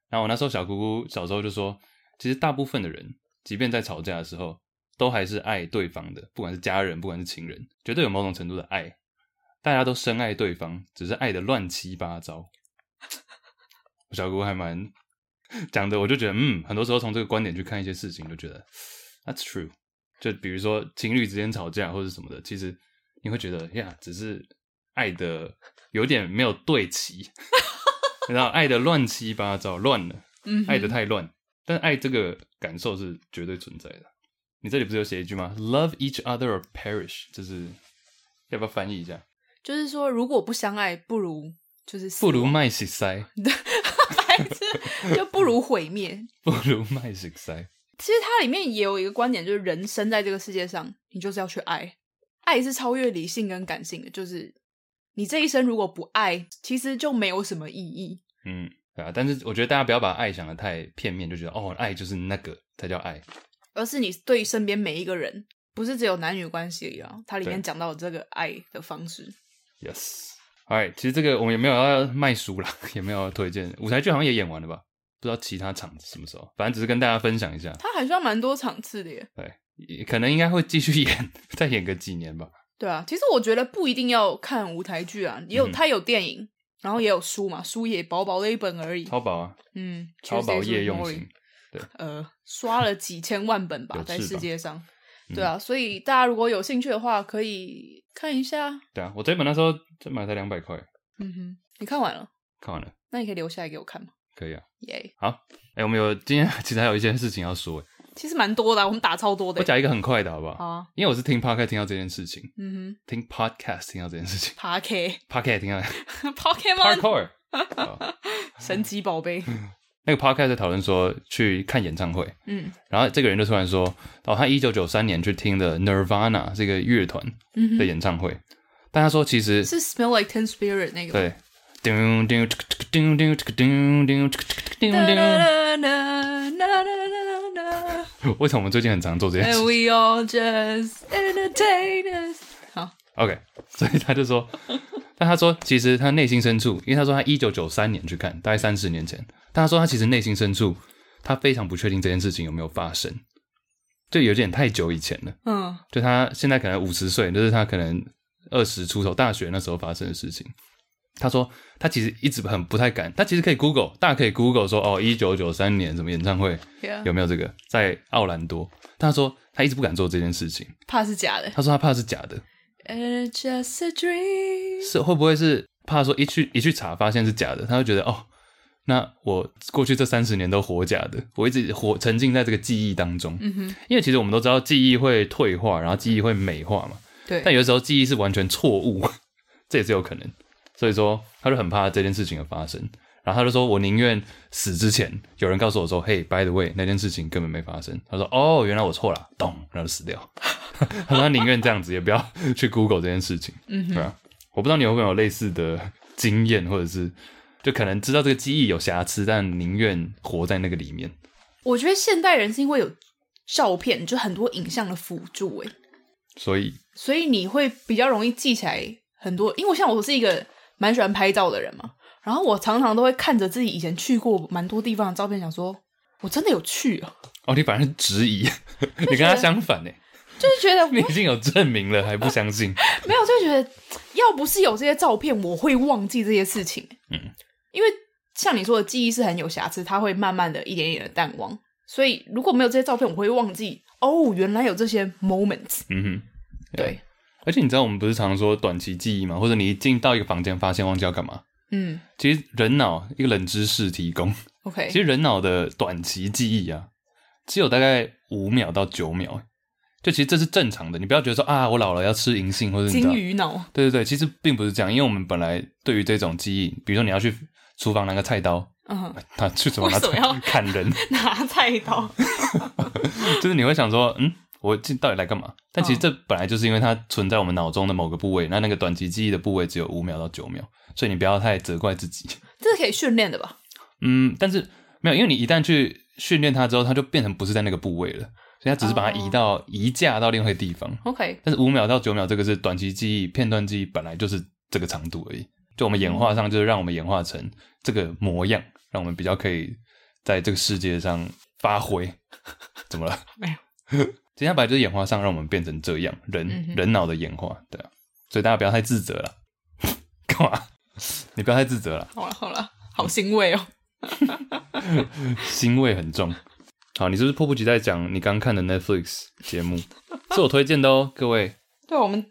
然后我那时候小姑姑小时候就说，其实大部分的人，即便在吵架的时候，都还是爱对方的，不管是家人，不管是情人，绝对有某种程度的爱。大家都深爱对方，只是爱的乱七八糟。我小姑姑还蛮讲的，我就觉得，嗯，很多时候从这个观点去看一些事情，就觉得 that's true。就比如说情侣之间吵架或者什么的，其实
*laughs*
你会觉得呀，只是爱的有点没有对齐，你知道爱的乱七八糟，乱了，
嗯哼，
爱的太乱。但爱这个感受是绝对存在的。你这里不是有写一句吗？Love each other or perish，就是要不要翻译一下？
就是说，如果不相爱，不如就是死
不如卖血塞，
白痴， *laughs* 就不如毁灭。
不如卖血塞。
其实它里面也有一个观点，就是人生在这个世界上，你就是要去爱，爱是超越理性跟感性的，就是你这一生如果不爱，其实就没有什么意义。
嗯，对啊。但是我觉得大家不要把爱想的太片面，就觉得哦，爱就是那个才叫爱。
而是你对身边每一个人，不是只有男女关系而已啊。它里面
对
讲到这个爱的方式，
Yes。哎，其实这个我们也没有要卖书啦， *laughs* 也没有要推荐。舞台剧好像也演完了吧？不知道其他场子什么时候，反正只是跟大家分享一下。
它还算蛮多场次的耶。
也可能应该会继续演，再演个几年吧。
对啊，其实我觉得不一定要看舞台剧啊，也有
嗯
它有电影，然后也有书嘛，书也薄薄的一本而已。
淘宝啊，
嗯，
淘宝
Tuesdays with
夜用
Maury
型，
呃，刷了几千
*laughs*
万本吧
有，
在
翅
世
膀
界上。
嗯
对啊，所以大家如果有兴趣的话，可以看一下。
对啊，我这本那时候就买才两百块，
嗯哼，你看完了，
看完了，
那你可以留下来给我看吗？
可以啊。
耶、
哎、我们有今天 *laughs* 其实还有一些事情要说，哎
其实蛮多的啊、我们打超多的
我
欸。
讲一个很快的好不好？
好啊，
因为我是听 podcast 听到这件事情，
嗯哼
听 podcast 听到这件事情
p a k
，podcast 听到
*laughs* Pokemon
parkour，哦
神奇宝贝，
嗯那个 podcast 在讨论说去看演唱会，
嗯
然后这个人就突然说，哦，他一九九三年去听的 Nirvana 这个乐团
嗯
的
哼，
演唱会，但他说其实
是 Smell Like Ten Spirit 那个吗。
对，丢丢丢丢丢丢丢
哒
丢。
哒哒哒哒哒哒哒
*laughs* 为什么我们最近很常做这件事
And we all just entertainers。好，
？OK，所以他就
*laughs*
说，但他说其实他内心深处，因为他说他一九九三年去看，大概三十年前，但他说他其实内心深处，他非常不确定这件事情有没有发生，就有点太久以前了。
嗯
就他现在可能五十岁，就是他可能二十出头大学那时候发生的事情。他说他其实一直很不太敢，他其实可以 Google，大家可以 Google 说哦，一九九三年什么演唱会
，Yeah，
有没有这个在奥兰多？但他说他一直不敢做这件事情，
怕是假的。
他说他怕是假的，
And it's just a dream。
是会不会是怕说一去一去查发现是假的，他就觉得哦，那我过去这三十年都活假的，我一直活沉浸在这个记忆当中，
嗯哼，
因为其实我们都知道记忆会退化，然后记忆会美化嘛，
对。
但有的时候记忆是完全错误，这也是有可能。所以说，他就很怕这件事情的发生，然后他就说：“我宁愿死之前有人告诉我说，嘿，by the way，那件事情根本没发生。”他说：“哦，原来我错了，懂。”然后就死掉。他说他宁愿这样子，也不要去 Google 这件事情。
嗯
对
哼，
啊，我不知道你有没有类似的经验，或者是就可能知道这个记忆有瑕疵，但宁愿活在那个里面。
我觉得现代人是因为有照片，就很多影像的辅助、欸，
所以，
所以你会比较容易记起来很多。因为我像我是一个蛮喜欢拍照的人嘛，然后我常常都会看着自己以前去过蛮多地方的照片，想说我真的有去啊，
哦，你反而是质疑， *laughs* 你跟他相反呢，
就是觉
*laughs*
得
你已经有证明了，还不相信。
没有，就觉得要不是有这些照片，我会忘记这些事情。
嗯，
因为像你说的，记忆是很有瑕疵，它会慢慢的一点一点的淡忘。所以如果没有这些照片，我会忘记哦，原来有这些 moments。
嗯哼。
对，
而且你知道我们不是常说短期记忆吗？或者你一进到一个房间发现忘记要干嘛？
嗯
其实人脑一个冷知识提供，
，OK，
其实人脑的短期记忆啊，只有大概五秒到九秒，就其实这是正常的。你不要觉得说啊，我老了要吃银杏或者你知道
金，鱼脑，
对对对，其实并不是这样，因为我们本来对于这种记忆，比如说你要去厨房拿个菜刀， *laughs*
嗯， *laughs*
拿去厨房拿
为什么要
菜砍人，
拿菜刀，
*laughs* 就是你会想说，嗯，我这到底来干嘛？但其实这本来就是因为它存在我们脑中的某个部位，那那个短期记忆的部位只有五秒到九秒，所以你不要太责怪自己。
这是可以训练的吧？
嗯，但是没有，因为你一旦去训练它之后，它就变成不是在那个部位了，所以它只是把它移到、移架到另外一个地方。
OK，
但是五秒到九秒这个是短期记忆、片段记忆，本来就是这个长度而已。就我们演化上，就是让我们演化成这个模样，让我们比较可以在这个世界上发挥。 *laughs* 怎么了？
没有。
接下来就是演化上让我们变成这样，人、
嗯哼
人脑的演化，对啊。所以大家不要太自责了。 *laughs* 干嘛？你不要太自责了，
好了好了，好欣慰哦。
腥味很重。好，你是不是迫不及待讲你刚看的 Netflix 节目？是我推荐的哦，各位。
对，我们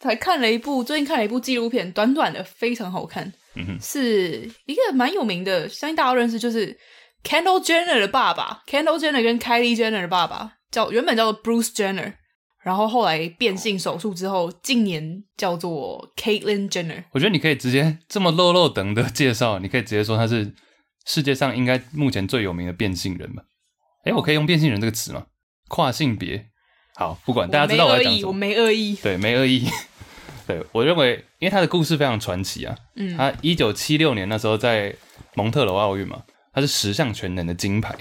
才看了一部，最近看了一部纪录片，短短的，非常好看，
嗯哼，
是一个蛮有名的，相信大家都认识，就是 Kendall Jenner 的爸爸，Kendall Jenner 跟 Kylie Jenner 的爸爸叫原本叫做 Bruce Jenner，然后后来变性手术之后，近年叫做 Caitlyn Jenner。
我觉得你可以直接这么漏漏等的介绍，你可以直接说他是世界上应该目前最有名的变性人吧？哎，我可以用变性人这个词吗？跨性别，好，不管大家知道
我
我
没
在
恶
讲
意，
什
我
么，
没恶意。
对，没恶意。 *laughs* 对我认为，因为他的故事非常传奇啊。
嗯
他一九七六年那时候在蒙特娄奥运嘛，他是十项全能的金牌。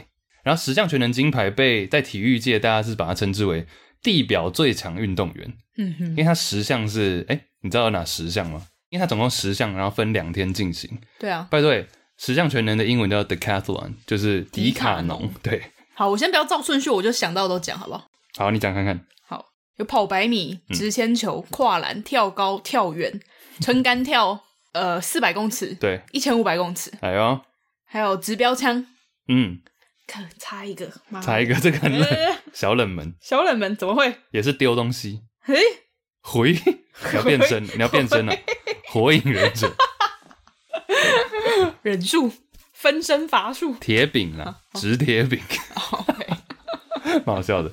然后十项全能金牌被在体育界大家是把它称之为地表最强运动员。
嗯
因
哼，
为它十项是，哎、你知道有哪十项吗？因为它总共十项，然后分两天进行。
对啊。
拜对，十项全能的英文叫 decathlon，就是迪卡
迪
侬。对，
好，我先不要照顺序，我就想到都讲好不好？
好，你讲看看。
好，有跑百米、
嗯
直铅球、跨栏、跳高、跳远、撑杆跳，呃，四百公尺、
对，
一千五百公尺，
来哦，
还有直标枪。
嗯，
看，差一个，妈
查一个这个很冷，
呃
小冷门，
*laughs* 小冷门怎么会？
也是丢东西。
嘿，
回，你要变身，你要变身了、火影忍者，
忍术、分身乏术。
铁饼啦，直铁饼，
哦，对
蛮好笑的。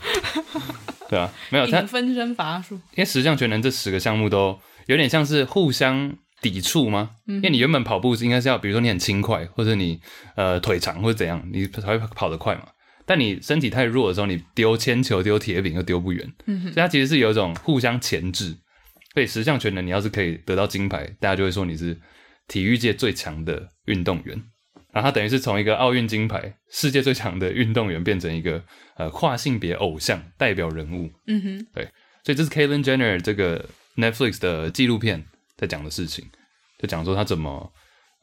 对啊，没有他，
影分身乏术。
因为十项全能这十个项目都有点像是互相抵触吗？因为你原本跑步是应该是要，比如说你很轻快，或者你呃腿长或者怎样，你才会跑得快嘛。但你身体太弱的时候，你丢铅球、丢铁饼又丢不远，
嗯
所以它其实是有一种互相钳制。所以十项全能，你要是可以得到金牌，大家就会说你是体育界最强的运动员。然后他等于是从一个奥运金牌、世界最强的运动员，变成一个呃跨性别偶像代表人物。
嗯哼，
所以这是 Caitlyn Jenner 这个 Netflix 的纪录片在讲的事情，就讲说他怎么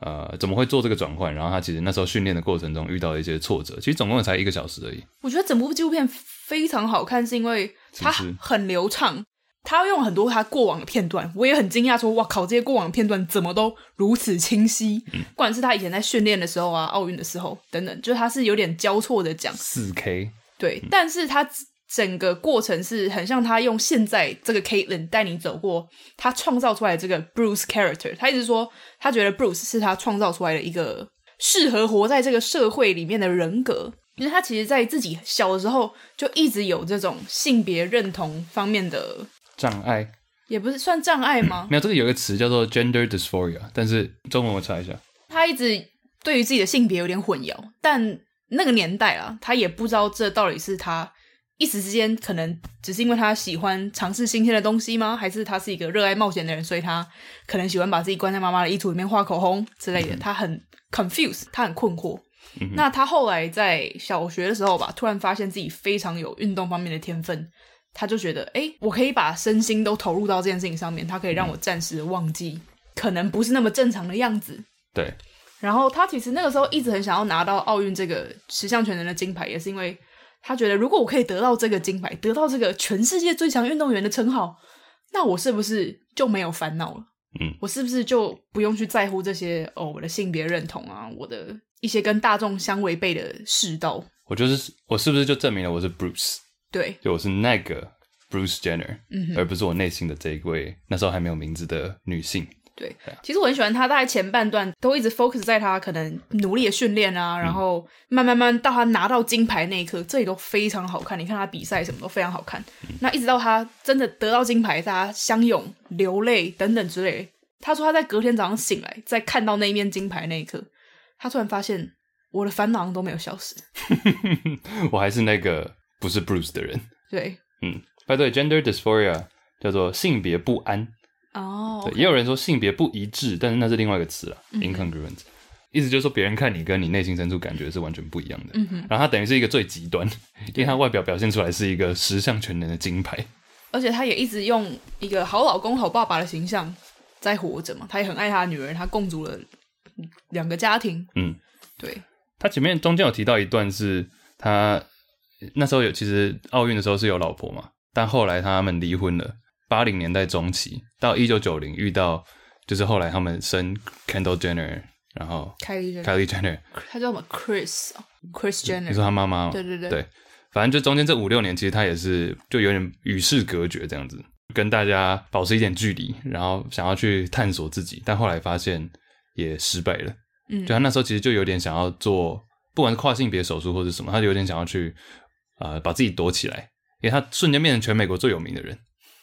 呃怎么会做这个转换，然后他其实那时候训练的过程中遇到了一些挫折，其实总共才一个小时而已。
我觉得整部纪录片非常好看，是因为它
是不是
很流畅。他用很多他过往的片段，我也很惊讶，说哇靠，这些过往的片段怎么都如此清晰？
嗯
不管是他以前在训练的时候啊，奥运的时候等等，就是他是有点交错的讲，
四 K，
对，但是他整个过程是很像他用现在这个 Caitlyn 带你走过，他创造出来的这个 Bruce character。他一直说，他觉得 Bruce 是他创造出来的一个适合活在这个社会里面的人格，因为他其实在自己小的时候就一直有这种性别认同方面的，
障碍
也不是算障碍吗？
没有这个有一个词叫做 gender dysphoria，但是中文我查一下，
他一直对于自己的性别有点混淆，但那个年代啊，他也不知道这到底是他一时之间可能只是因为他喜欢尝试新鲜的东西吗？还是他是一个热爱冒险的人，所以他可能喜欢把自己关在妈妈的衣橱里面画口红之类的。他很 confused，他很困惑。那他后来在小学的时候吧，突然发现自己非常有运动方面的天分，他就觉得，哎、我可以把身心都投入到这件事情上面，它可以让我暂时忘记可能不是那么正常的样子，
对，
然后他其实那个时候一直很想要拿到奥运这个十项全能的金牌，也是因为他觉得如果我可以得到这个金牌，得到这个全世界最强运动员的称号，那我是不是就没有烦恼了？
嗯，
我是不是就不用去在乎这些哦，我的性别认同啊，我的一些跟大众相违背的世道？
我就是我是不是就证明了我是 Bruce，
对，
就我是那个 Bruce Jenner，、
嗯哼
而不是我内心的这一位那时候还没有名字的女性。 *laughs*
对
对啊，
其实我很喜欢他，大概前半段都一直 focus 在他可能努力的训练啊，然后慢慢慢到他拿到金牌那一刻，这里都非常好看。你看他比赛什么都非常好看。那一直到他真的得到金牌，大家相拥、流泪等等之类。他说他在隔天早上醒来，在看到那一面金牌那一刻，他突然发现我的烦恼好像都没有消失。
我还是那个不是 Bruce 的人。
对，
嗯，派对 gender dysphoria 叫做性别不安，
哦
对，也有人说性别不一致，但是那是另外一个词了、incongruent，意思就是说别人看你跟你内心深处感觉是完全不一样的。
嗯哼，
然后他等于是一个最极端，因为他外表表现出来是一个十项全能的金牌，
而且他也一直用一个好老公、好爸爸的形象在活着嘛，他也很爱他的女儿，他共组了两个家庭，
嗯，
对，
他前面中间有提到一段是他那时候有，其实奥运的时候是有老婆嘛，但后来他们离婚了。八零年代中期到一九九零遇到，就是后来他们生 Kendall Jenner，然后
凯莉 Jenner，
Kylie Jenner，
他叫什么 Chris 哦，Chris
你说
Jenner，
他妈妈吗？
对对对
对，反正就中间这五六年，其实他也是就有点与世隔绝这样子，跟大家保持一点距离，然后想要去探索自己，但后来发现也失败了。
嗯
就他那时候其实就有点想要做，不管是跨性别手术或者什么，他就有点想要去呃把自己躲起来，因为他瞬间变成全美国最有名的人。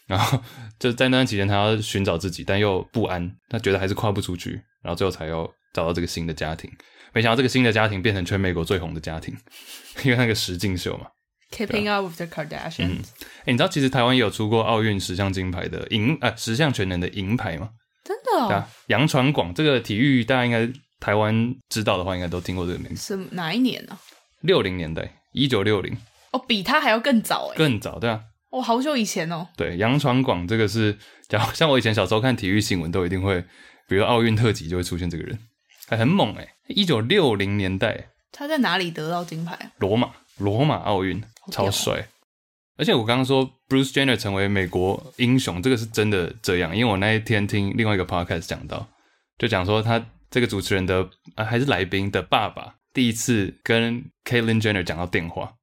然后就在那段期间，他要寻找自己，但又不安，他觉得还是跨不出去，然后最后才要找到这个新的家庭。没想到这个新的家庭变成全美国最红的家庭， *laughs* 因为那个石敬秀嘛。
Keeping Up with the Kardashians，、
哎，你知道其实台湾也有出过奥运十项金牌的银呃十项全能的银牌吗？
真的、
对
哦
啊？，杨传广这个体育大家应该台湾知道的话，应该都听过这个名字。
什么哪一年呢、
六零年代，一九六零
哦，比他还要更早哎、
更早，对啊，
哦，好久以前哦。
对，杨传广这个是，假如 *laughs* 像我以前小时候看体育新闻，都一定会，比如奥运特辑就会出现这个人，还很猛哎、一九六零年代，
他在哪里得到金牌？
罗马罗马奥运
屌
超
哦
帅，而且我刚刚说 Bruce Jenner 成为美国英雄，这个是真的这样，因为我那一天听另外一个 podcast 讲到，就讲说他这个主持人的、啊、还是来宾的爸爸第一次跟 Caitlyn Jenner 讲到电话，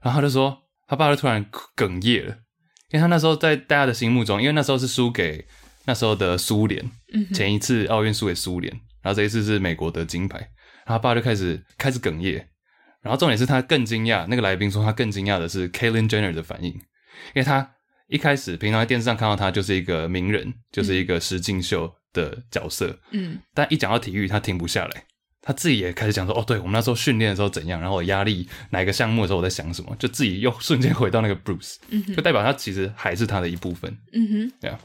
然后他就说他爸就突然哽咽了，因为他那时候在大家的心目中，因为那时候是输给那时候的苏联，
嗯哼
前一次奥运输给苏联，然后这一次是美国得金牌，然后他爸就开始开始哽咽，然后重点是他更惊讶，那个来宾说他更惊讶的是 Caitlyn Jenner 的反应，因为他一开始平常在电视上看到他就是一个名人，就是一个实境秀的角色，
嗯，
但一讲到体育，他停不下来，他自己也开始讲说：“哦，对我们那时候训练的时候怎样，然后我压力哪一个项目的时候我在想什么，就自己又瞬间回到那个 Bruce，、
嗯哼
就代表他其实还是他的一部分。
嗯哼
Yeah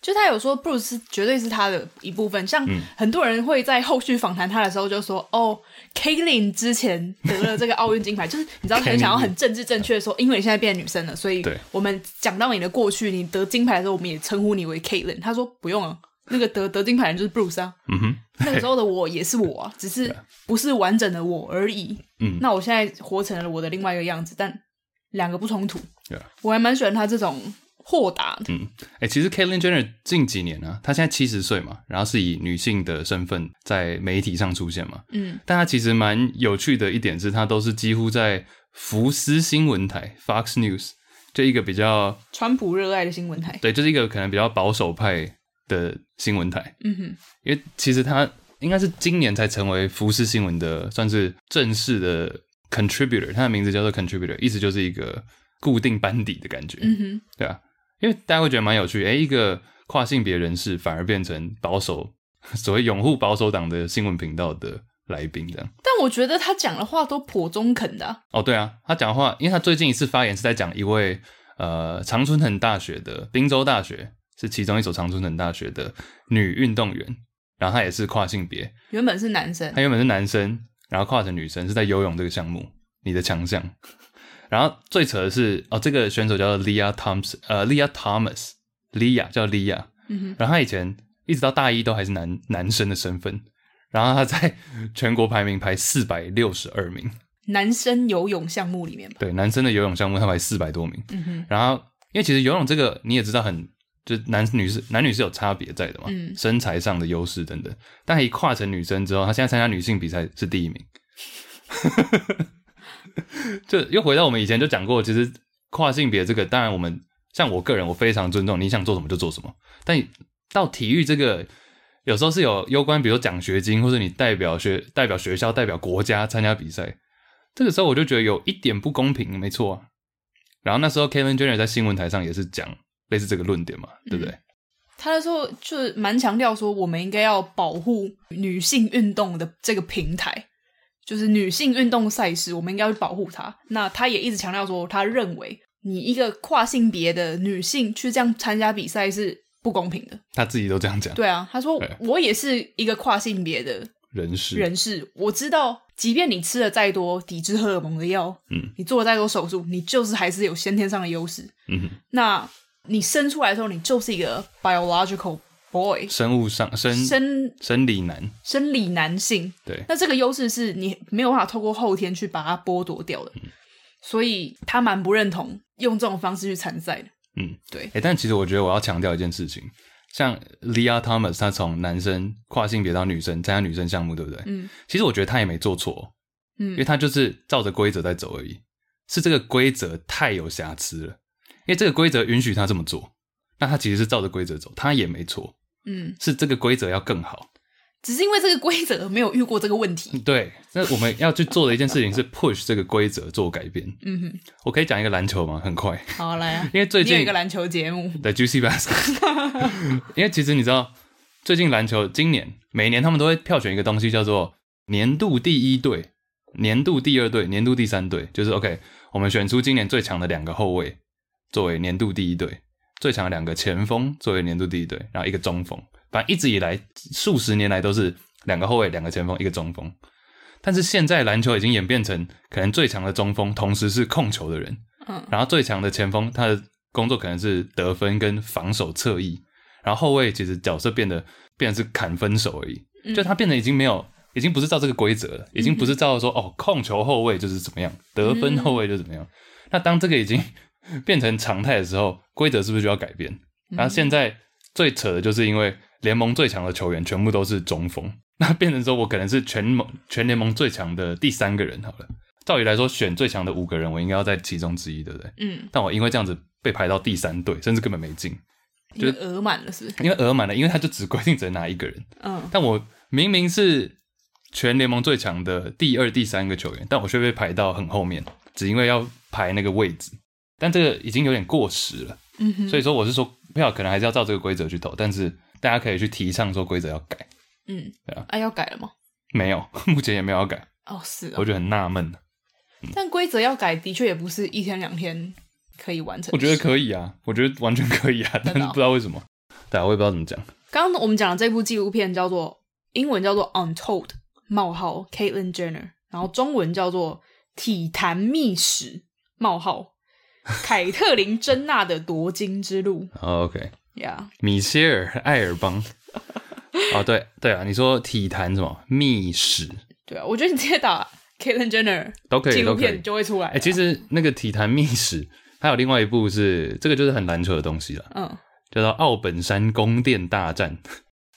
就他有说，Bruce 是绝对是他的一部分。像
嗯
很多人会在后续访谈他的时候就说：“哦 k a y l i n 之前得了这个奥运金牌，就是你知道很想要很政治正确的说，因为你现在变女生了，所以
对
我们讲到你的过去，你得金牌的时候，我们也称呼你为 k a y l i n 他说：“不用啊，那个得得金牌的人就是
*laughs*
Bruce 啊，
嗯哼，
那个时候的我也是我啊，只是不是完整的我而已。”
嗯
那我现在活成了我的另外一个样子，但两个不冲突。
Yeah
我还蛮喜欢他这种豁达的。
嗯，哎、其实 Caitlyn Jenner 近几年呢、啊，她现在七十岁嘛，然后是以女性的身份在媒体上出现嘛，
嗯，
但她其实蛮有趣的一点是，她都是几乎在福斯新闻台 Fox News 这一个比较
川普热爱的新闻台。
对，就是一个可能比较保守派的新闻台。
嗯哼，
因为其实他应该是今年才成为福斯新闻的算是正式的 contributor，他的名字叫做 contributor，意思就是一个固定班底的感觉，
嗯哼，
对啊，因为大家会觉得蛮有趣，诶，一个跨性别人士反而变成保守， *laughs* 所谓拥护保守党的新闻频道的来宾这样。
但我觉得他讲的话都颇中肯的啊、
哦，对啊，他讲话，因为他最近一次发言是在讲一位呃常春藤大学的宾州大学是其中一所常春藤大学的女运动员，然后她也是跨性别，
原本是男生
他，原本是男生，然后跨成女生，是在游泳这个项目，你的强项。然后最扯的是，哦，这个选手叫做 Leah Thompson，呃，Leah Thomas，Leah 叫 Leah，
嗯
然后他以前一直到大一都还是男男生的身份，然后他在全国排名排四百六十二名，
哼，男生游泳项目里面吧。
对，男生的游泳项目他排四百多名，
嗯哼，
然后，因为其实游泳这个你也知道很，就是男女是男女是有差别在的嘛，
嗯
身材上的优势等等。但一跨成女生之后，她现在参加女性比赛是第一名， *laughs* 就又回到我们以前就讲过，其实跨性别这个，当然我们像我个人，我非常尊重，你想做什么就做什么。但到体育这个，有时候是有攸关，比如说奖学金，或者你代表学代表学校、代表国家参加比赛，这个时候我就觉得有一点不公平，没错啊。然后那时候 Kevin Jenner 在新闻台上也是讲类似这个论点嘛，
嗯
对不对？
他那时候就是蛮强调说，我们应该要保护女性运动的这个平台，就是女性运动赛事，我们应该要去保护它。那他也一直强调说，他认为你一个跨性别的女性去这样参加比赛是不公平的。
他自己都这样讲，
对啊，他说
对
我也是一个跨性别的
人是
人士，我知道，即便你吃了再多抵制荷尔蒙的药，
嗯，
你做了再多手术，你就是还是有先天上的优势。
嗯哼，
那你生出来的时候，你就是一个 biological boy，
生物上生
生
生理男，
生理男性。
对，
那这个优势是你没有办法透过后天去把它剥夺掉
嗯
的，所以他蛮不认同用这种方式去参赛的。
嗯，
对
诶，但其实我觉得我要强调一件事情，像 Leah Thomas，她从男生跨性别到女生，参加女生项目，对不对？
嗯
其实我觉得她也没做错，因为
嗯
她就是照着规则在走而已，是这个规则太有瑕疵了，因为这个规则允许她这么做，那她其实是照着规则走，她也没错，
嗯，
是这个规则要更好。
只是因为这个规则没有遇过这个问题。
对，那我们要去做的一件事情是 push 这个规则做改变。
嗯
我可以讲一个篮球吗？很快，
哼，好来啊，
因为 *laughs* 最
你有
近
一个篮球节目，
对 Juicy Basket，因为 *laughs* 其实你知道，最近篮球今年每年他们都会票选一个东西，叫做年度第一队、年度第二队、年度第三队，就是 OK，我们选出今年最强的两个后卫作为年度第一队，最强的两个前锋作为年度第一队，然后一个中锋，反正一直以来数十年来都是两个后卫、两个前锋、一个中锋。但是现在篮球已经演变成，可能最强的中锋同时是控球的人，
嗯，
然后最强的前锋，他的工作可能是得分跟防守侧翼，然后后卫其实角色变得变成是砍分手而已，
嗯
就他变得已经没有，已经不是照这个规则了，已经不是照说哦控球后卫就是怎么样，得分后卫就怎么样。
嗯
那当这个已经变成常态的时候，规则是不是就要改变？
嗯
然后现在最扯的就是因为联盟最强的球员全部都是中锋，那变成说我可能是全盟全联盟最强的第三个人好了。照理来说，选最强的五个人，我应该要在其中之一，对不对？
嗯，
但我因为这样子被排到第三队，甚至根本没进，
因为额满了是不是？
因为额满了，因为他就只规定只能拿一个人。
嗯，
但我明明是全联盟最强的第二、第三个球员，但我却被排到很后面，只因为要排那个位置。但这个已经有点过时了，
嗯哼，
所以说我是说票可能还是要照这个规则去投，但是大家可以去提倡说规则要改，
嗯
对啊，
啊，要改了吗？
没有， *laughs* 目前也没有要改，
哦，是啊
我，觉得很纳闷。
但规则要改的确也不是一天两天可以完成的
我觉得
事
可以啊，我觉得完全可以啊，但是不知道为什么，对啊，我也不知道怎么讲。
刚刚我们讲的这部纪录片叫做英文叫做《Untold》冒号 Caitlyn Jenner，然后中文叫做《体坛秘史》冒号 *laughs* 凯特琳·珍娜的夺金之路
哦 OK，
呀。
米歇尔·艾尔邦。哦，对对啊，你说体坛什么密史
Yeah，对啊，我觉得你直接打 Caitlyn Jenner
都可
纪
以，
录
都可以
片。就会出来了。
哎、其实那个体坛密史还有另外一部是这个，就是很篮球的东西了，
嗯
叫做奥本山宫殿大战。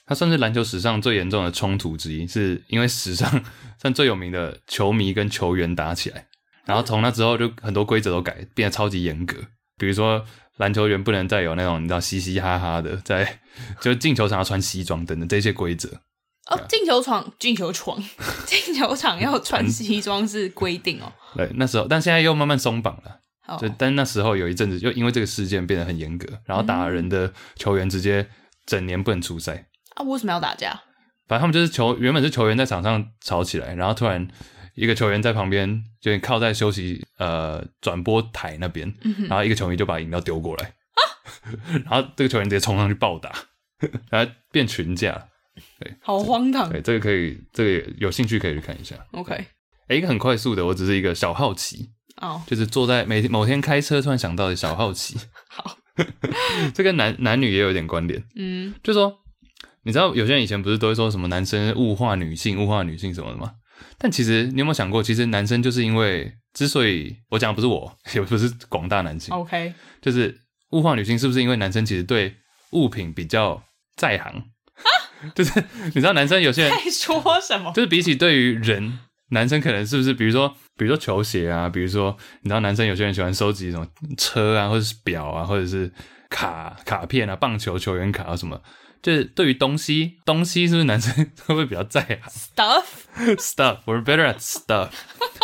它算是篮球史上最严重的冲突之一，是因为史上 *laughs* 算最有名的球迷跟球员打起来，然后从那之后就很多规则都改，变得超级严格。比如说篮球员不能再有那种你知道嘻嘻哈哈的，在就进球场要穿西装等等这些规则。啊
哦，进球场进球床 *laughs* 进球场要穿西装是规定哦。
对，那时候，但现在又慢慢松绑了。
哦
就但那时候有一阵子，就因为这个事件变得很严格，然后打人的球员直接整年不能出赛。
啊，为什么要打架？
反正他们就是球原本是球员在场上吵起来，然后突然一个球员在旁边有点靠在休息呃转播台那边，然后一个球迷就把饮料丢过来， *laughs* 然后这个球员直接冲上去暴打， *laughs* 然后变群架。
好荒唐。
对，这个可以，这个也有兴趣可以去看一下。
OK，
诶一个很快速的，我只是一个小好奇，
哦，
就是坐在每某天开车突然想到的小好奇。
好，
*laughs* 这跟男男女也有点关联。
嗯
就说，你知道有些人以前不是都会说什么男生物化女性、物化女性什么的吗？但其实你有没有想过，其实男生就是因为之所以我讲的不是我， *laughs* 也不是广大男性，
，OK，
就是物化女性，是不是因为男生其实对物品比较在行？ *laughs* 就是你知道男生有些人
在说什么？
就是比起对于人，男生可能是不是，比如说，比如说球鞋啊，比如说，你知道男生有些人喜欢收集什么车啊，或者是表啊，或者是卡卡片啊，棒球球员卡啊什么，就是对于东西，东西是不是男生会不会比较在行
stuff，
？Stuff，we're better at stuff。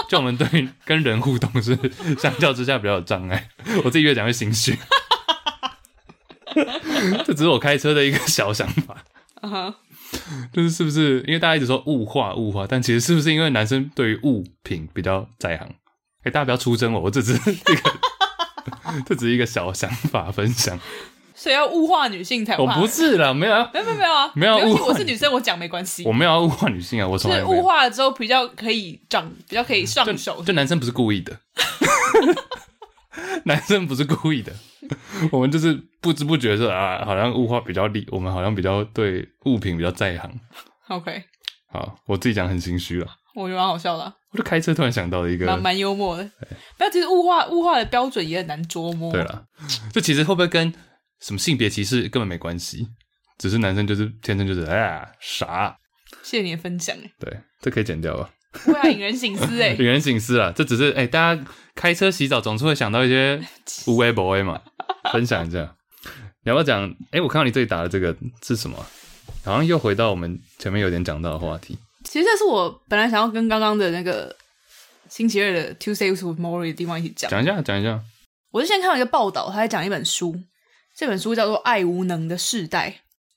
就我们对于跟人互动是相较之下比较有障碍，我自己越讲越心虚。 *laughs* 这只是我开车的一个小想法。
嗯哼，
就是是不是因为大家一直说物化物化，但其实是不是因为男生对于物品比较在行？哎、大家不要出征我，我这只是一
*laughs*
个，这只是一个小想法分享。
所以要物化女性才
我
怕
不是啦，没有要，
没有没有没有啊，
没有
关系
物化
我是女生，我讲没关系
我。没有要物化女性啊，我从
就
来
是
没
物
有。
化了之后比较可以长，比较可以上手。
就男生不是故意的， *laughs* 男生不是故意的，我们就是不知不觉说啊，好像物化比较厉，我们好像比较对物品比较在行。
OK，
好，我自己讲很心虚了，
我觉得蛮好笑的啊，
我就开车突然想到了一个
蛮蛮幽默的。不要，其实物化物化的标准也很难捉摸。
对
*laughs*
了，这其实会不会跟什么性别歧视根本没关系，只是男生就是天生就是哎呀傻。
谢谢你的分享，哎，
对，这可以剪掉吧？
会啊，引人省
*laughs*
思，哎
引，人醒思啊，这只是哎、大家开车洗澡总是会想到一些
*laughs*
无微不微嘛，分享一下。你要不要讲？哎、我看到你这里打的这个是什么啊？好像又回到我们前面有点讲到的话题。
其实这是我本来想要跟刚刚的那个星期二的 Tuesdays with Mori 的地方一起讲。
讲一下，讲一下。
我之前看到一个报道，他在讲一本书，这本书叫做《爱无能的世代》，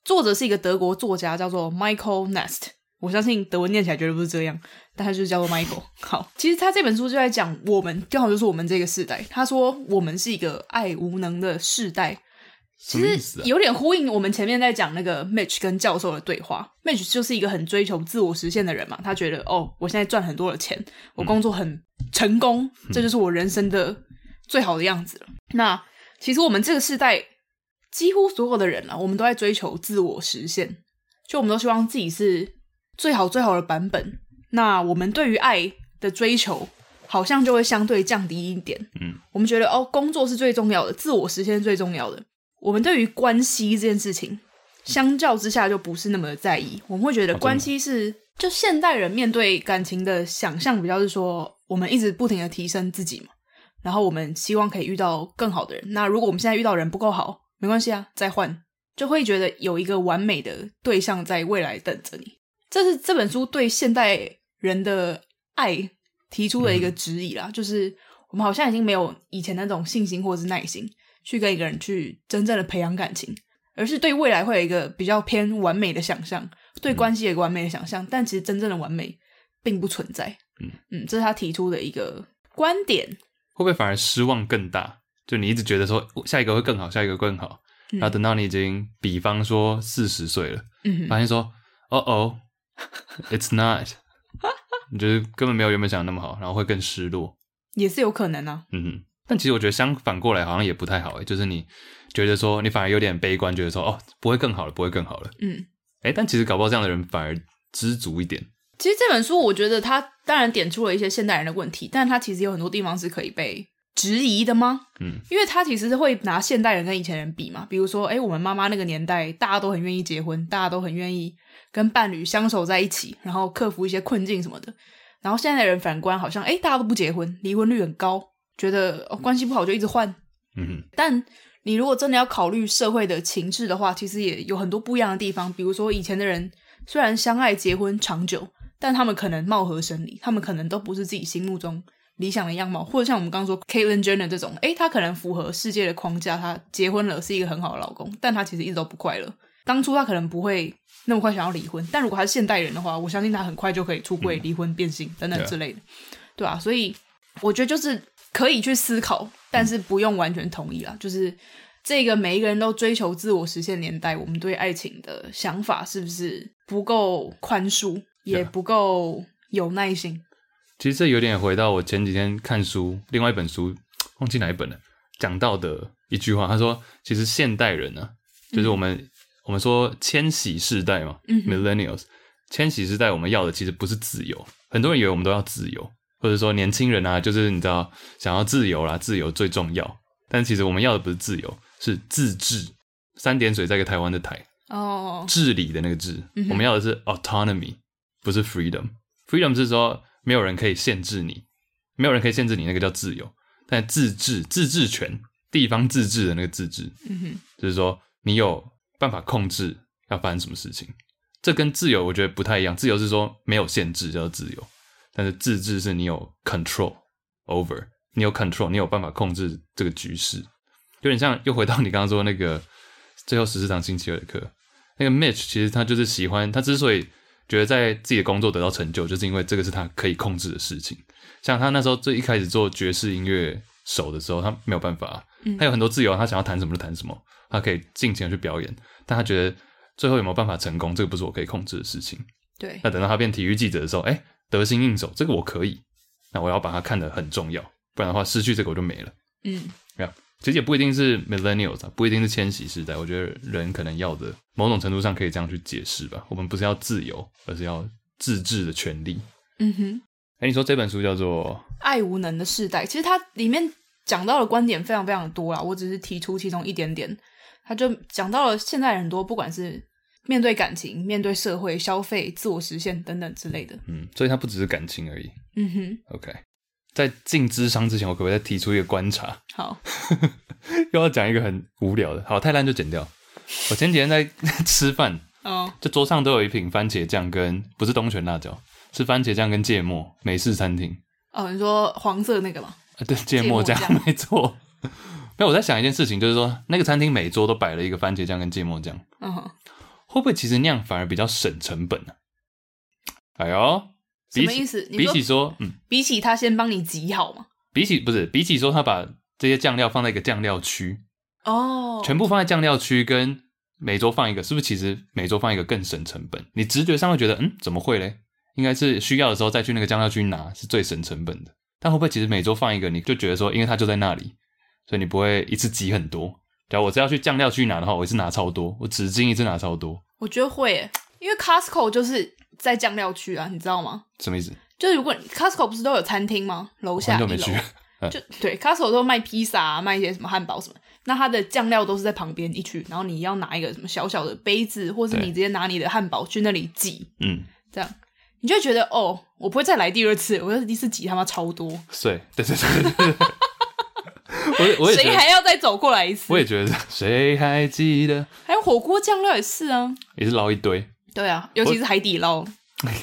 作者是一个德国作家，叫做 Michael Nast。我相信德文念起来绝对不是这样，但他就是叫做 Michael。好， *laughs* 其实他这本书就在讲我们，刚好就是我们这个世代。他说我们是一个爱无能的世代，
什
其
么意
实
思啊？
有点呼应我们前面在讲那个 Mitch 跟教授的对话。Mitch 就是一个很追求自我实现的人嘛，他觉得哦，我现在赚很多的钱，
嗯
我工作很成功，这就是我人生的最好的样子了。那其实我们这个世代，几乎所有的人啊，我们都在追求自我实现，就我们都希望自己是最好最好的版本。那我们对于爱的追求，好像就会相对降低一点。
嗯，
我们觉得哦，工作是最重要的，自我实现是最重要的。我们对于关系这件事情，相较之下就不是那么的在意。我们会觉得
哦的
关系是，就现代人面对感情的想象比较是说，我们一直不停的提升自己嘛，然后我们希望可以遇到更好的人。那如果我们现在遇到人不够好，没关系啊，再换，就会觉得有一个完美的对象在未来等着你。这是这本书对现代人的爱提出的一个质疑啦，就是我们好像已经没有以前那种信心或者是耐心去跟一个人去真正的培养感情，而是对未来会有一个比较偏完美的想象，对
嗯
关系有一个完美的想象，但其实真正的完美并不存在。
嗯
嗯，这是他提出的一个观点。
会不会反而失望更大？就你一直觉得说下一个会更好，下一个更好，
嗯
然后等到你已经，比方说四十岁了，
嗯
发现说，哦哦，it's not，你觉得根本没有原本想的那么好，然后会更失落。
也是有可能啊。
嗯哼，但其实我觉得相反过来好像也不太好诶，就是你觉得说你反而有点悲观，觉得说哦不会更好了，不会更好了。
嗯，
诶，但其实搞不好这样的人反而知足一点。
其实这本书我觉得它当然点出了一些现代人的问题，但它其实有很多地方是可以被质疑的吗？
嗯，
因为它其实是会拿现代人跟以前人比嘛，比如说，哎，我们妈妈那个年代，大家都很愿意结婚，大家都很愿意跟伴侣相守在一起，然后克服一些困境什么的。然后现在的人反观，好像哎，大家都不结婚，离婚率很高，觉得哦关系不好就一直换，
嗯哼，
但你如果真的要考虑社会的情势的话，其实也有很多不一样的地方。比如说，以前的人虽然相爱、结婚、长久，但他们可能貌合神离，他们可能都不是自己心目中理想的样貌。或者像我们刚刚说 Caitlyn Jenner 这种，诶，她可能符合世界的框架，她结婚了是一个很好的老公，但她其实一直都不快乐。当初她可能不会那么快想要离婚，但如果她是现代人的话，我相信她很快就可以出柜、离婚、变性等等之类的，对啊，所以我觉得就是可以去思考，但是不用完全同意啦。就是这个每一个人都追求自我实现年代，我们对爱情的想法是不是不够宽恕，也
Yeah.
不够有耐心？
其实这有点回到我前几天看书，另外一本书忘记哪一本了，讲到的一句话，他说，其实现代人呢、就是我们、我们说千禧世代嘛、
嗯哼
m i l l e n n i a l s 千禧世代我们要的其实不是自由，很多人以为我们都要自由，或者说年轻人啊，就是你知道想要自由啦，自由最重要，但其实我们要的不是自由，是自治，三点水在一个台湾的台，
哦，
治理的那个治，
嗯哼
我们要的是 autonomy，不是 freedom。freedom 是说没有人可以限制你，没有人可以限制你，那个叫自由。但自治、自治权、地方自治的那个自治，
嗯哼，
就是说你有办法控制要发生什么事情。这跟自由我觉得不太一样，自由是说没有限制叫自由，但是自治是你有 control over，你有 control，你有办法控制这个局势。有点像又回到你刚刚说那个最后十四堂星期二的课，那个 Mitch 其实他就是喜欢，他之所以觉得在自己的工作得到成就，就是因为这个是他可以控制的事情。像他那时候最一开始做爵士音乐手的时候，他没有办法，他有很多自由，他想要弹什么就弹什么，他可以尽情的去表演，但他觉得最后有没有办法成功，这个不是我可以控制的事情。
对，
那等到他变体育记者的时候，哎、得心应手，这个我可以，那我要把它看得很重要，不然的话失去这个我就没了。
嗯，
Yeah，其实也不一定是 millennials 啊，不一定是千禧世代。我觉得人可能要的，某种程度上可以这样去解释吧。我们不是要自由，而是要自治的权利。
嗯哼。
哎，你说这本书叫做
爱无能的世代，其实它里面讲到的观点非常非常多啦，我只是提出其中一点点。他就讲到了现在很多，不管是面对感情、面对社会、消费、自我实现等等之类的。
嗯，所以它不只是感情而已。
嗯哼，
OK，在进智商之前，我可不可以再提出一个观察？
好，
又要讲一个很无聊的，好，太烂就剪掉。我前几天在 *laughs* 吃饭，
哦，
就桌上都有一瓶番茄酱跟不是东泉辣椒，是番茄酱跟芥末美式餐厅。
哦，你说黄色那个吗？
啊，对，芥末酱
芥末酱
没错。 *laughs* 那我在想一件事情，就是说那个餐厅每桌都摆了一个番茄酱跟芥末酱，
嗯哼，
会不会其实那样反而比较省成本呢、啊哎呦，
什
比
么意
起
思？你
比
说
起说，嗯，
比起他先帮你挤好吗？
比起不是比起说他把这些酱料放在一个酱料区，
哦，
全部放在酱料区跟每周放一个，是不是其实每周放一个更省成本？你直觉上会觉得，嗯，怎么会嘞？应该是需要的时候再去那个酱料区拿，是最省成本的。但会不会其实每周放一个，你就觉得说，因为它就在那里，所以你不会一次挤很多。假如我只要去酱料区拿的话，我一次拿超多，我纸巾一次拿超多，
我觉得会耶，因为 Costco 就是在酱料区啊，你知道吗？
什么意思？
就是如果你 Costco 不是都有餐厅吗？楼
我
下
很
一
久
楼
没去，
就对 Costco 都卖披萨、啊，卖一些什么汉堡什么，那它的酱料都是在旁边一区，然后你要拿一个什么小小的杯子，或是
对
你直接拿你的汉堡去那里挤，
嗯，
这样你就会觉得哦，我不会再来第二次，我要是第一次挤他妈超多，
对，对对对对对 *laughs* 对。我也我也觉
谁
得，
还要再走过来一次？
我也觉得，谁还记得？
还有火锅酱料也是啊，
也是捞一堆， *laughs*
对啊，尤其是海底捞，不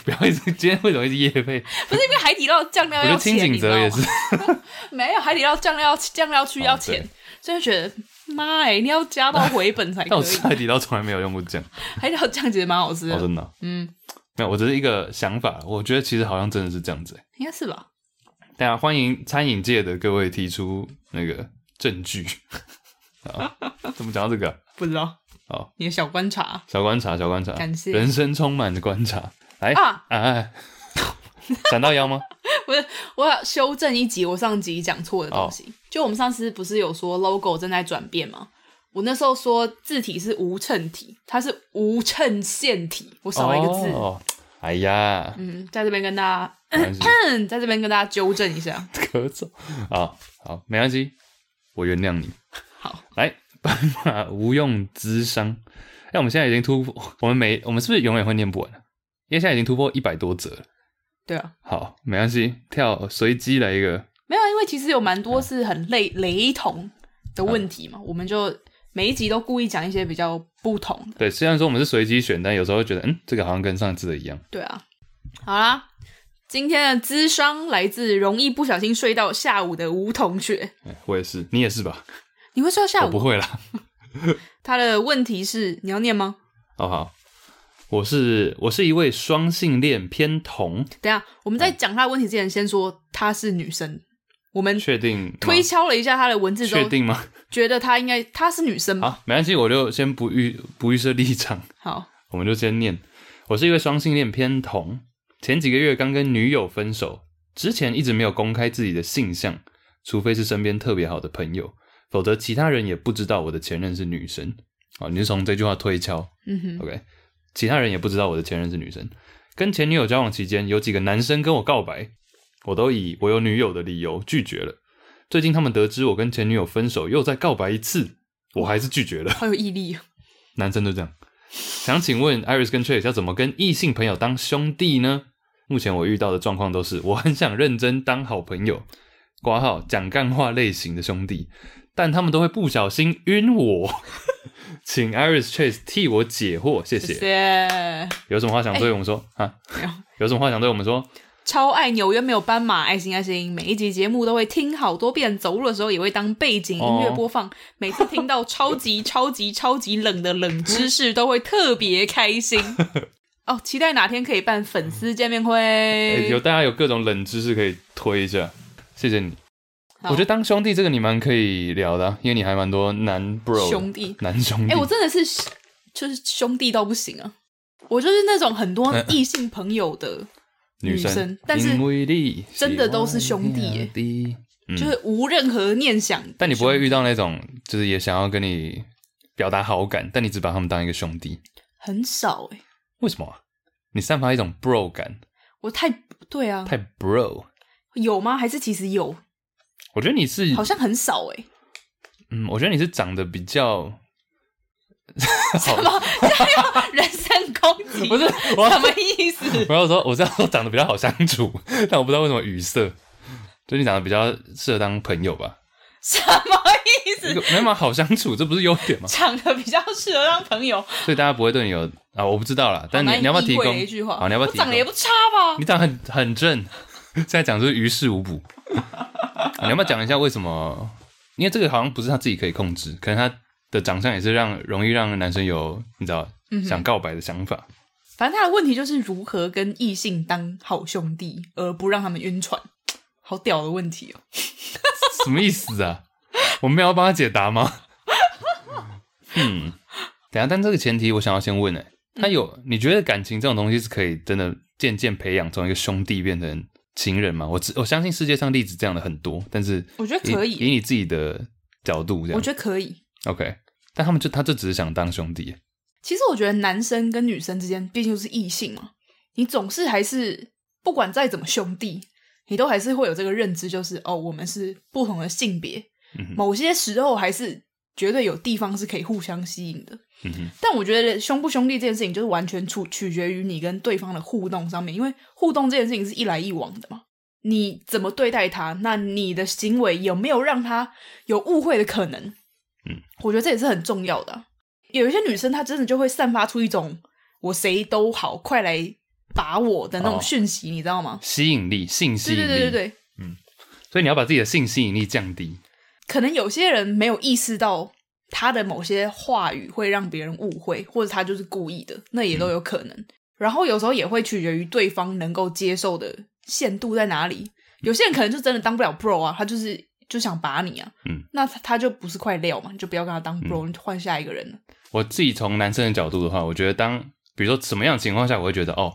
不要一直，今天为什么一直夜配？
是因为海底捞酱料
我觉
要
得清
钱，
景
你知道
泽也
吗
*laughs* 是？，
没有海底捞酱料酱料区要钱
哦，
所以就觉得妈哎、你要加到回
*laughs*
本才
但
可
我
以
吃。海底捞从来没有用过酱，
海底捞酱其实蛮好吃
哦，
的，
真的哦、
嗯，
没有，我只是一个想法，我觉得其实好像真的是这样子欸。
应该是吧。
大家欢迎餐饮界的各位提出那个证据。好，怎么讲到这个啊、
不知道。
好，
哦你的小观察，
小观察，小观察，
感谢
人生充满着观察。来
啊
哎，闪到腰吗？
我要修正一集我上集讲错的东西。
哦
就我们上次不是有说 logo 正在转变吗？我那时候说字体是无衬体，它是无衬线体，我 *laughs* 少了一个字。
哦、哎呀，
嗯，在这边跟大
没关系
家，， *coughs* 在这边跟大家纠正一下。
咳嗽。 *laughs* 好啊好，没关系，我原谅你。
好，
来，斑马无用之商。哎、我们现在已经突破，我们每我们是不是永远会念不完啊因为现在已经突破一百多则了。
对啊，
好，没关系，跳随机来一个。
没有啊，因为其实有蛮
嗯
多是很类雷同的问题嘛，我们就每一集都故意讲一些比较不同的。
对，虽然说我们是随机选，但有时候会觉得，嗯，这个好像跟上次的一样。
对啊，好啦，今天的资商来自容易不小心睡到下午的吴同学。
哎我也是，你也是吧？
你会睡到下
我不
午？
会啦。
他的问题是你要念吗？
好哦好，我是我是一位双性恋偏同，
等一下，我们在讲他的问题之前，先说她是女生。我们
确定吗
推敲了一下她的文字之
确
后，
定啊吗？
觉得她应该她是女生吧？
好，没关系，我就先不预不预设立场。
好，
我们就先念。我是一位双性恋偏同，前几个月刚跟女友分手，之前一直没有公开自己的性向，除非是身边特别好的朋友，否则其他人也不知道我的前任是女生。啊，你是从这句话推敲
嗯哼，
，OK？其他人也不知道我的前任是女生。跟前女友交往期间，有几个男生跟我告白，我都以我有女友的理由拒绝了。最近他们得知我跟前女友分手，又再告白一次，我还是拒绝了。
好有毅力哦。
男生都这样。想请问 Iris 跟 Chase 要怎么跟异性朋友当兄弟呢？目前我遇到的状况都是，我很想认真当好朋友， *laughs* 挂号讲干话类型的兄弟，但他们都会不小心晕我。 *laughs* 请 Iris Chase 替我解惑，谢
谢
谢。
谢。
有什么话想对我们说、啊？
没有
有什么话想对我们说？
超爱纽约没有斑马，爱心爱心，每一集节目都会听好多遍，走路的时候也会当背景音乐播放。每次听到超级超级超级冷的冷知识，都会特别
*laughs*
开心。哦，期待哪天可以办粉丝见面会。哎
诶哎有大家有各种冷知识可以推一下，谢谢你。我
好
觉得当兄弟这个你蛮可以聊的啊、因为你还蛮多男 bro 的
兄弟，
男兄弟。
哎、我真的是就是兄弟到不行啊！我就是那种很多异性朋友的，
女
女生但是
因为你
真的都是兄弟耶
弟嗯
就是无任何念想。
但你不会遇到那种就是也想要跟你表达好感，但你只把他们当一个兄弟，
很少哎、
为什么啊、你散发一种 bro 感，
我太对啊，
太 bro。
有吗？还是其实有？
我觉得你是
好，像很少哎、
嗯，我觉得你是长得比较，
什么？ *laughs* 这有人身攻击？
不是我
什么意思？
我要说我是要说长得比较好相处， *laughs* 但我不知道为什么语塞，就你长得比较适合当朋友吧。
什么意意
一个
思？
没办法好相处，这不是优点吗？
场合比较适合让朋友。
所以大家不会对你有啊，我不知道啦。但你
好难
你要不要
意
提
会
供
的一句话，
好，你要不要
我
提
长
供
得？也不差吧？
你长得很很正， *laughs* 现在讲就是于事无
*laughs*
补。你要不要讲一下为什么？因为这个好像不是他自己可以控制，可能他的长相也是让容易让男生有你知道
嗯哼
想告白的想法。
反正他的问题就是如何跟异性当好兄弟，而不让他们晕船。好屌的问题哦！
什么意思啊？我们要帮他解答
*laughs*
吗？嗯，等一下，但这个前提我想要先问哎、
嗯
他有你觉得感情这种东西是可以真的渐渐培养从一个兄弟变成情人吗？我知我相信世界上例子这样的很多，但是
我觉得可以
以你自己的角度这样，
我觉得可以。
得 OK。但他们就他就只是想当兄弟，
其实我觉得男生跟女生之间毕竟就是异性嘛，你总是还是不管再怎么兄弟，你都还是会有这个认知，就是哦，我们是不同的性别，
嗯哼
某些时候还是绝对有地方是可以互相吸引的。
嗯哼，
但我觉得兄不兄弟这件事情，就是完全取取决于你跟对方的互动上面，因为互动这件事情是一来一往的嘛。你怎么对待他，那你的行为有没有让他有误会的可能？
嗯，
我觉得这也是很重要的啊、有一些女生她真的就会散发出一种我谁都好，快来把我的那种
哦
讯息，你知道吗？
吸引力性吸引
对
力，
对对对对，
所以你要把自己的性吸引力降低，
可能有些人没有意识到他的某些话语会让别人误会，或者他就是故意的，那也都有可能。然后有时候也会取决于对方能够接受的限度在哪里。有些人可能就真的当不了 bro 啊，他就是就想把你啊，
嗯，
那他他就不是块料嘛，你就不要跟他当 bro，、你就换下一个人了。
我自己从男生的角度的话，我觉得当比如说什么样的情况下，我会觉得哦，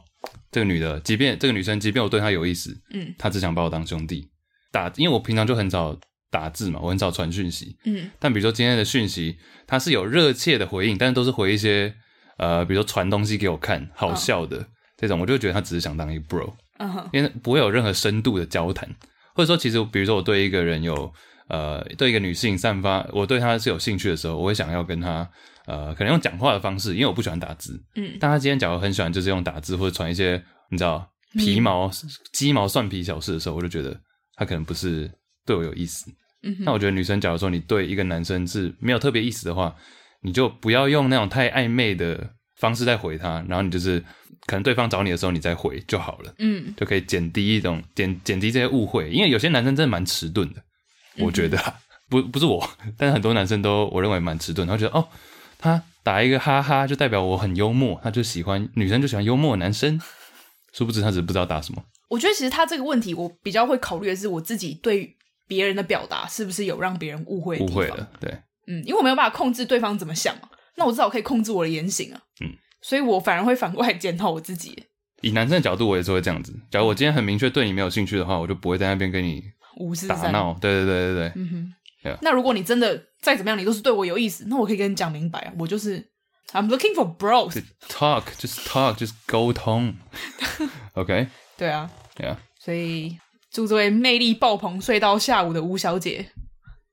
这个女的，即便这个女生，即便我对她有意思，
嗯
她只想把我当兄弟打，因为我平常就很少打字嘛，我很少传讯息。
嗯
但比如说今天的讯息，她是有热切的回应，但是都是回一些呃，比如说传东西给我看，好笑的、这种，我就觉得她只是想当一个 bro，
嗯哼
因为不会有任何深度的交谈，或者说其实比如说我对一个人有。呃，对一个女性散发我对她是有兴趣的时候，我会想要跟她呃，可能用讲话的方式，因为我不喜欢打字。
嗯，
但她今天假如很喜欢就是用打字或者传一些你知道皮
嗯
毛、鸡毛蒜皮小事的时候，我就觉得她可能不是对我有意思。
嗯哼
那我觉得女生假如说你对一个男生是没有特别意思的话，你就不要用那种太暧昧的方式再回他，然后你就是可能对方找你的时候你再回就好了。
嗯，
就可以减低一种减减低这些误会，因为有些男生真的蛮迟钝的，
嗯
我觉得、啊 *laughs* 不不是我，但是很多男生都我认为蛮迟钝，然后觉得哦，他打一个哈哈就代表我很幽默，他就喜欢女生就喜欢幽默的男生，殊不知他只是不知道打什么，
我觉得其实他这个问题，我比较会考虑的是我自己对别人的表达是不是有让别人误会的
误
地
会
方。
了，对，
嗯，因为我没有办法控制对方怎么想嘛，那我至少可以控制我的言行啊。
嗯，
所以我反而会反过来检讨我自己，
以男生的角度我也是会这样子，假如我今天很明确对你没有兴趣的话，我就不会在那边跟你
五四
打
三。
闹，对对对对对，
嗯
对啊
哼。那如果你真的再怎么样，你都是对我有意思，那我可以跟你讲明白啊，我就是 I'm looking for
就
bros。
talk 就是 talk 就是沟
*laughs*
通，OK，
对啊，
yeah，
所以祝这位魅力爆棚睡到下午的吴小姐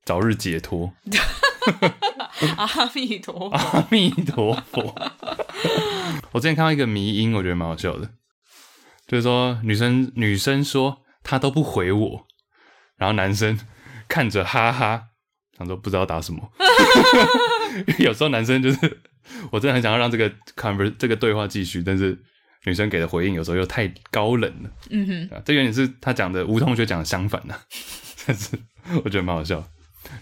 早日解脱。嗯
阿弥陀佛。
阿弥陀佛。我之前看到一个迷音，我觉得蛮好笑的，就是说女生女生说她都不回我，然后男生看着哈哈，想说不知道打什么。因为有时候男生就是我真的很想要让这个 conver 这个对话继续，但是女生给的回应有时候又太高冷了。
嗯哼，
啊，这有点是他讲的吴同学讲的相反的、 *laughs* 但是我觉得蛮好笑。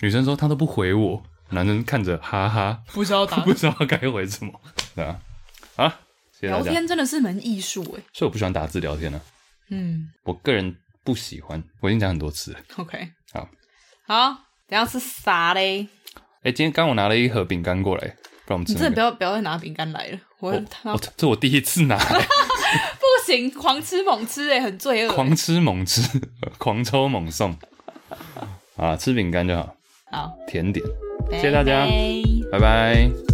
女生说她都不回我，男生看着哈哈。
不知道打
*laughs* 不知道该回什么。 *laughs* 对啊，啊，谢谢大
聊
家。
天真的是门艺术哎。
所以我不喜欢打字聊天呢、啊，
嗯
我个人不喜欢。我已经讲很多次了。
，OK，
好，
好，等一下吃啥嘞？
哎、今天刚我拿了一盒饼干过来，不然我们吃、
你
那
真的不
个。哦
要不要再拿饼干来了，我他
我
妈
我这我第一次
*laughs*
拿，
不行，狂吃猛吃哎、很罪恶。
狂吃猛吃，狂抽猛送。啊，吃饼干就好，
好，
甜点。
谢
谢大家拜拜。